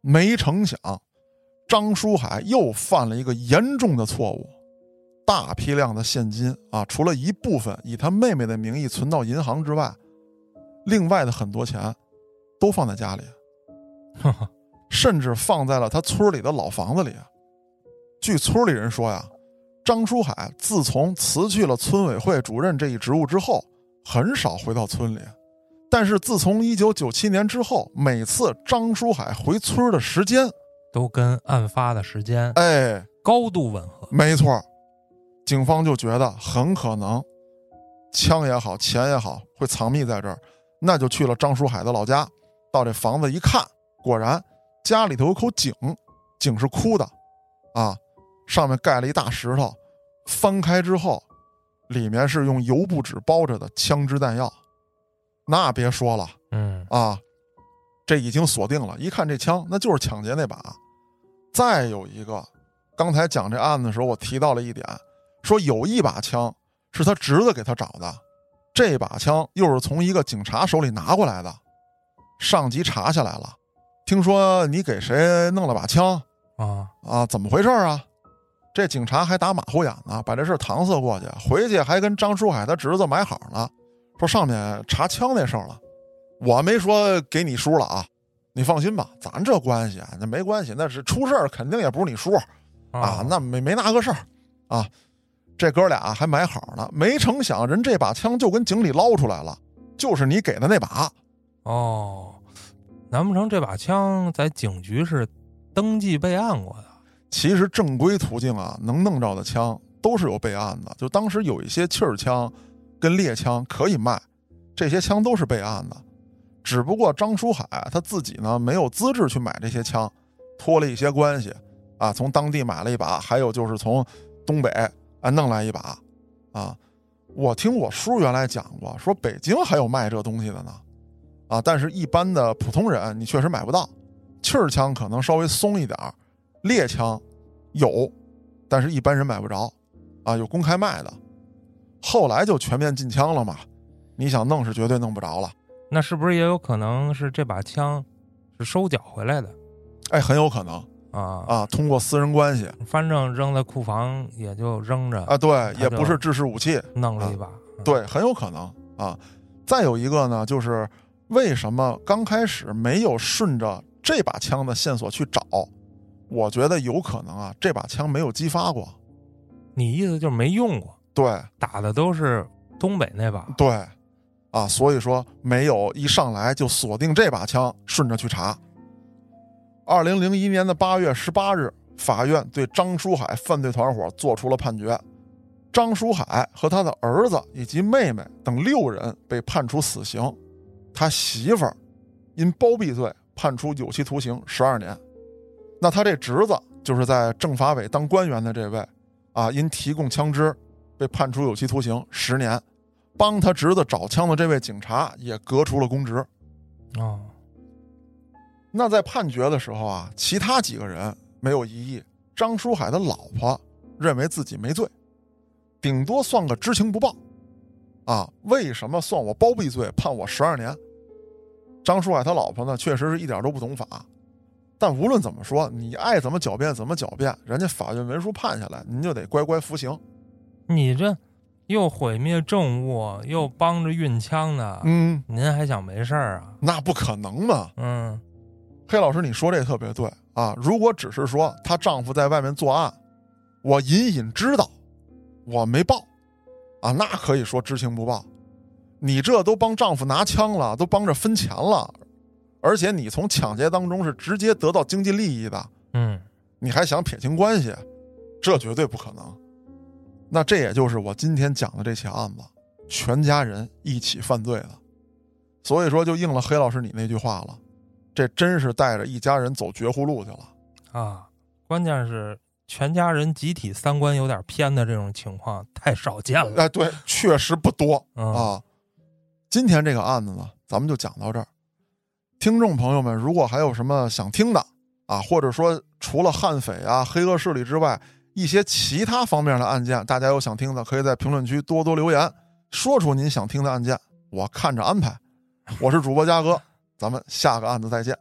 S1: 没成想，张书海又犯了一个严重的错误，大批量的现金啊，除了一部分以他妹妹的名义存到银行之外，另外的很多钱都放在家里，啊
S2: 呵呵
S1: 甚至放在了他村里的老房子里。啊据村里人说呀，张书海自从辞去了村委会主任这一职务之后，很少回到村里。啊但是自从1997年之后，每次张书海回村的时间，
S2: 都跟案发的时间
S1: 哎，
S2: 高度吻合。
S1: 没错儿，警方就觉得很可能，枪也好，钱也好，会藏匿在这儿，那就去了张书海的老家，到这房子一看，果然家里头有口井，井是枯的，啊，上面盖了一大石头，翻开之后，里面是用油布纸包着的枪支弹药，那别说了。
S2: 嗯
S1: 啊，这已经锁定了。一看这枪，那就是抢劫那把。再有一个，刚才讲这案子的时候，我提到了一点，说有一把枪是他侄子给他找的，这把枪又是从一个警察手里拿过来的。上级查下来了，听说你给谁弄了把枪
S2: 啊，
S1: 啊？怎么回事啊？这警察还打马虎眼呢，把这事儿搪塞过去，回去还跟张书海他侄子买好了，说上面查枪那事儿了，我没说给你叔了啊，你放心吧，咱这关系啊，那没关系，那是出事儿肯定也不是你叔啊，那没没那个事儿啊。这哥俩还买好呢，没成想人这把枪就跟井里捞出来了，就是你给的那把。
S2: 哦，难不成这把枪在警局是登记备案过的？
S1: 其实正规途径啊，能弄着的枪都是有备案的。就当时有一些气儿枪跟猎枪可以卖，这些枪都是备案的。只不过张书海他自己呢没有资质去买这些枪，托了一些关系啊，从当地买了一把，还有就是从东北啊弄来一把啊。我听我叔原来讲过，说北京还有卖这东西的呢，啊，但是一般的普通人你确实买不到。气儿枪可能稍微松一点儿，猎枪有，但是一般人买不着啊，有公开卖的。后来就全面禁枪了嘛，你想弄是绝对弄不着了。
S2: 那是不是也有可能是这把枪是收缴回来的
S1: 哎，很有可能
S2: 啊？
S1: 啊，通过私人关系
S2: 反正扔在库房也就扔着，
S1: 啊，对，
S2: 就
S1: 也不是制式武器，
S2: 弄了一把。嗯
S1: 对，很有可能啊。再有一个呢，就是为什么刚开始没有顺着这把枪的线索去找？我觉得有可能啊，这把枪没有激发过。
S2: 你意思就是没用过，
S1: 对
S2: 打的都是东北那把。
S1: 对，啊，所以说没有一上来就锁定这把枪，顺着去查。二零零一年的八月十八日，法院对张书海犯罪团伙作出了判决，张书海和他的儿子以及妹妹等六人被判处死刑，他媳妇儿因包庇罪判处有期徒刑十二年。那他这侄子就是在政法委当官员的这位，啊，因提供枪支被判处有期徒刑十年。帮他侄子找枪的这位警察也革除了公职。
S2: 哦，
S1: 那在判决的时候啊，其他几个人没有异议，张书海的老婆认为自己没罪，顶多算个知情不报。啊，为什么算我包庇罪，判我十二年？张书海他老婆呢，确实是一点都不懂法，但无论怎么说，你爱怎么狡辩怎么狡辩，人家法院文书判下来，您就得乖乖服刑。
S2: 你这又毁灭政务，又帮着运枪呢，
S1: 嗯，
S2: 您还想没事儿啊？
S1: 那不可能嘛。
S2: 嗯，
S1: 黑老师，你说这特别对啊！如果只是说她丈夫在外面作案，我隐隐知道，我没报，啊，那可以说知情不报。你这都帮丈夫拿枪了，都帮着分钱了，而且你从抢劫当中是直接得到经济利益的，
S2: 嗯，
S1: 你还想撇清关系，这绝对不可能。那这也就是我今天讲的这起案子，全家人一起犯罪的，所以说就应了黑老师你那句话了，这真是带着一家人走绝户路去了。
S2: 啊，关键是全家人集体三观有点偏的这种情况太少见了。
S1: 哎，对，确实不多
S2: 嗯、
S1: 啊。今天这个案子呢，咱们就讲到这儿。听众朋友们，如果还有什么想听的啊，或者说除了悍匪啊、黑恶势力之外，一些其他方面的案件，大家有想听的，可以在评论区多多留言，说出您想听的案件，我看着安排。我是主播嘉哥，咱们下个案子再见。